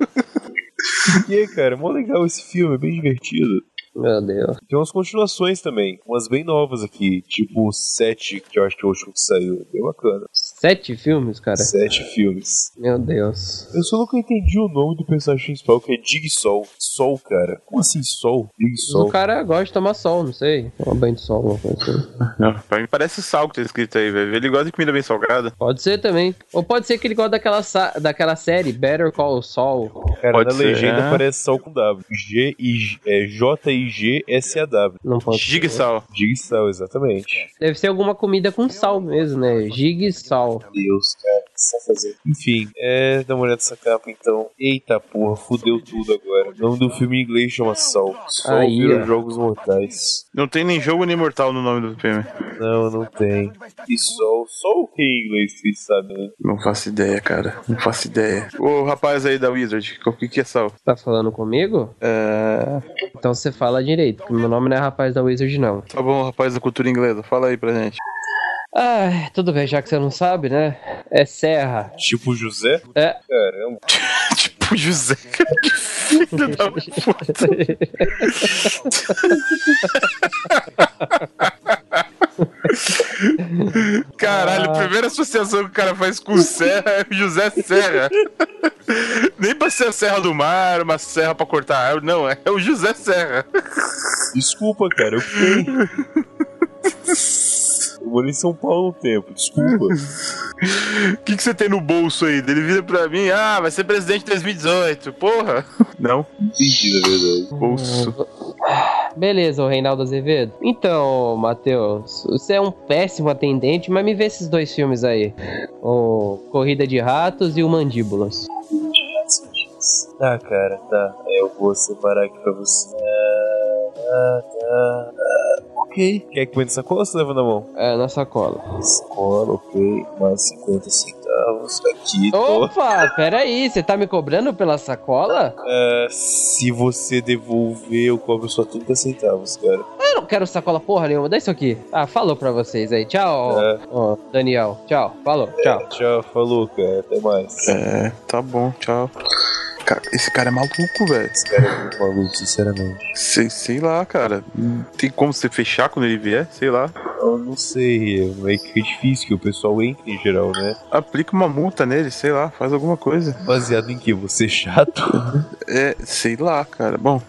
Speaker 2: E aí, cara, mó legal esse filme, é bem divertido.
Speaker 3: Meu Deus.
Speaker 2: Tem umas continuações também, umas bem novas aqui, tipo o 7, que eu acho que é o último que saiu. Bem bacana.
Speaker 3: Sete filmes, cara?
Speaker 2: Sete filmes.
Speaker 3: Meu Deus.
Speaker 2: Eu só nunca entendi o nome do personagem principal, que é Dig Sol. Sol, cara. Como assim Sol? Dig
Speaker 3: O
Speaker 2: Sol.
Speaker 3: cara gosta de tomar sol, não sei. Toma banho de sol, alguma coisa assim.
Speaker 1: Não, pra mim parece sal que tá escrito aí, velho. Ele gosta de comida bem salgada.
Speaker 3: Pode ser também. Ou pode ser que ele gosta daquela, sa- daquela série Better Call Saul.
Speaker 2: Cara,
Speaker 1: Pode
Speaker 2: na
Speaker 1: ser,
Speaker 2: legenda
Speaker 1: né?
Speaker 2: parece Sol com W. G I G- é, J I G S A W.
Speaker 3: Não pode
Speaker 1: Giga
Speaker 3: ser.
Speaker 1: sal.
Speaker 2: Dig Sol, exatamente.
Speaker 3: Deve ser alguma comida com sal mesmo, né? Gig sal.
Speaker 2: Deus, cara, o que você vai fazer? Enfim, é, dá uma olhada nessa capa então. Eita porra, fudeu tudo agora. O nome do filme em inglês chama Sol. Sol
Speaker 3: Aí,
Speaker 2: virou
Speaker 3: ó.
Speaker 2: Jogos Mortais.
Speaker 1: Não tem nem jogo nem mortal no nome do filme.
Speaker 2: Não, não tem. E sol, sol o que em inglês vocês sabem, né?
Speaker 1: Não faço ideia, cara. Não faço ideia. Ô, rapaz aí da Wizard, o que que é sal?
Speaker 3: Tá falando comigo?
Speaker 1: É...
Speaker 3: Então você fala direito, porque meu nome não é rapaz da Wizard, não.
Speaker 1: Tá bom, rapaz da cultura inglesa. Fala aí pra gente.
Speaker 3: Ah, tudo bem, já que você não sabe, né? É Serra.
Speaker 2: Tipo José?
Speaker 3: É.
Speaker 2: Caramba.
Speaker 1: <laughs> tipo José, cara. Que filho da puta. Caralho, a primeira associação que o cara faz com serra é o José Serra. Nem pra ser a Serra do Mar, uma serra pra cortar árvore, não, é o José Serra.
Speaker 2: Desculpa, cara, eu fui.
Speaker 3: <laughs>
Speaker 2: Eu morei em São Paulo um tempo, desculpa.
Speaker 1: O que, que você tem no bolso aí? Ele vira pra mim, ah, vai ser presidente em 2018, porra. Não,
Speaker 2: Entendi, na verdade.
Speaker 1: bolso.
Speaker 3: Beleza, o Reinaldo Azevedo. Então, Matheus, você é um péssimo atendente, mas me vê esses dois filmes aí: o Corrida de Ratos e o Mandíbulas.
Speaker 2: Tá, cara, tá. Eu vou separar aqui pra você. Ah, tá, tá, tá. Ok. Quer que põe na sacola ou você leva na mão?
Speaker 3: É, na sacola.
Speaker 2: Escola, ok. Mais 50 centavos. Aqui, tô.
Speaker 3: Opa, peraí, você tá me cobrando pela sacola?
Speaker 2: Ah, se você devolver, eu cobro só 30 centavos, cara.
Speaker 3: Eu não quero sacola porra nenhuma, dá isso aqui. Ah, falou pra vocês aí. Tchau,
Speaker 2: É.
Speaker 3: ó, Daniel. Tchau, falou, tchau.
Speaker 2: Tchau, É, falou, cara. Até mais.
Speaker 1: É, tá bom, tchau. Cara, esse cara é maluco, velho.
Speaker 2: Esse cara é muito maluco, sinceramente.
Speaker 1: Sei, sei lá, cara. Tem como você fechar quando ele vier? Sei lá.
Speaker 2: Eu não sei, é meio que difícil que o pessoal entre em geral, né?
Speaker 1: Aplica uma multa nele, sei lá, faz alguma coisa.
Speaker 2: Baseado em que? Você chato?
Speaker 1: É, sei lá, cara. Bom.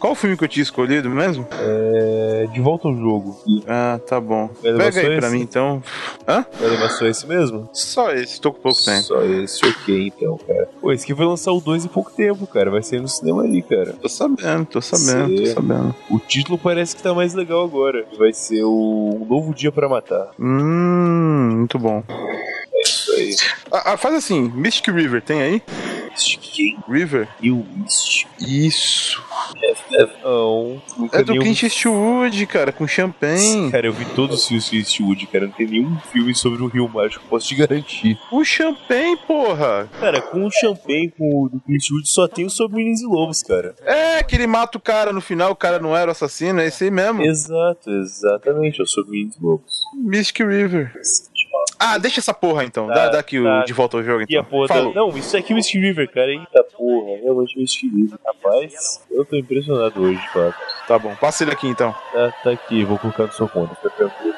Speaker 1: Qual o filme que eu tinha escolhido mesmo?
Speaker 2: É, de volta ao jogo.
Speaker 1: Ah, tá bom.
Speaker 2: Vai levar
Speaker 1: Pega
Speaker 2: só
Speaker 1: aí pra
Speaker 2: esse?
Speaker 1: mim então. Hã?
Speaker 2: Vai levar só esse mesmo?
Speaker 1: Só esse, tô com pouco tempo.
Speaker 2: Só esse, ok, então, cara. Pô, esse aqui vai lançar o 2 em pouco tempo, cara. Vai sair no cinema ali, cara.
Speaker 1: Tô sabendo, tô sabendo,
Speaker 2: Sei.
Speaker 1: tô sabendo.
Speaker 2: O título parece que tá mais legal agora. Vai ser o Um Novo Dia pra Matar.
Speaker 1: Hum, muito bom.
Speaker 2: Isso aí.
Speaker 1: Ah, ah, faz assim, Mystic River, tem aí?
Speaker 2: Quem
Speaker 1: River?
Speaker 2: e o Mist?
Speaker 1: Isso.
Speaker 2: Não. Nunca
Speaker 1: É do
Speaker 2: nem ouvi
Speaker 1: Clint Eastwood, cara, com champanhe.
Speaker 2: Cara, eu vi todos os filmes do Eastwood, cara. Não tem nenhum filme sobre o Rio Mágico, posso te garantir.
Speaker 1: O champanhe, porra!
Speaker 2: Cara, com o Champagne, com o do Eastwood, só tem o sobre meninos e lobos, cara.
Speaker 1: É, que ele mata o cara no final, o cara não era o assassino, é esse aí mesmo.
Speaker 2: Exato, exatamente. É o sobre meninos e lobos.
Speaker 1: Mystic River. Ah, deixa essa porra então. dá,
Speaker 2: Tá,
Speaker 1: dá aqui
Speaker 2: tá.
Speaker 1: o de volta ao jogo
Speaker 2: E a
Speaker 1: então.
Speaker 2: porra da...
Speaker 1: Falou.
Speaker 2: Não, isso aqui é o Mystic River, cara. Eita porra, realmente o Mystic River. Rapaz, eu tô impressionado hoje, de fato.
Speaker 1: Tá bom, passa ele aqui então.
Speaker 2: Tá, tá aqui, vou colocar na sua conta, fica tá tranquilo.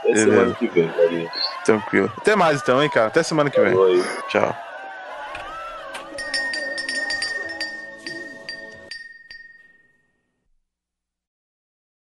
Speaker 2: Até
Speaker 1: Beleza.
Speaker 2: semana que vem, galera.
Speaker 1: Tranquilo. Até mais então, hein, cara. Até semana que vem.
Speaker 2: Falou aí.
Speaker 1: Tchau.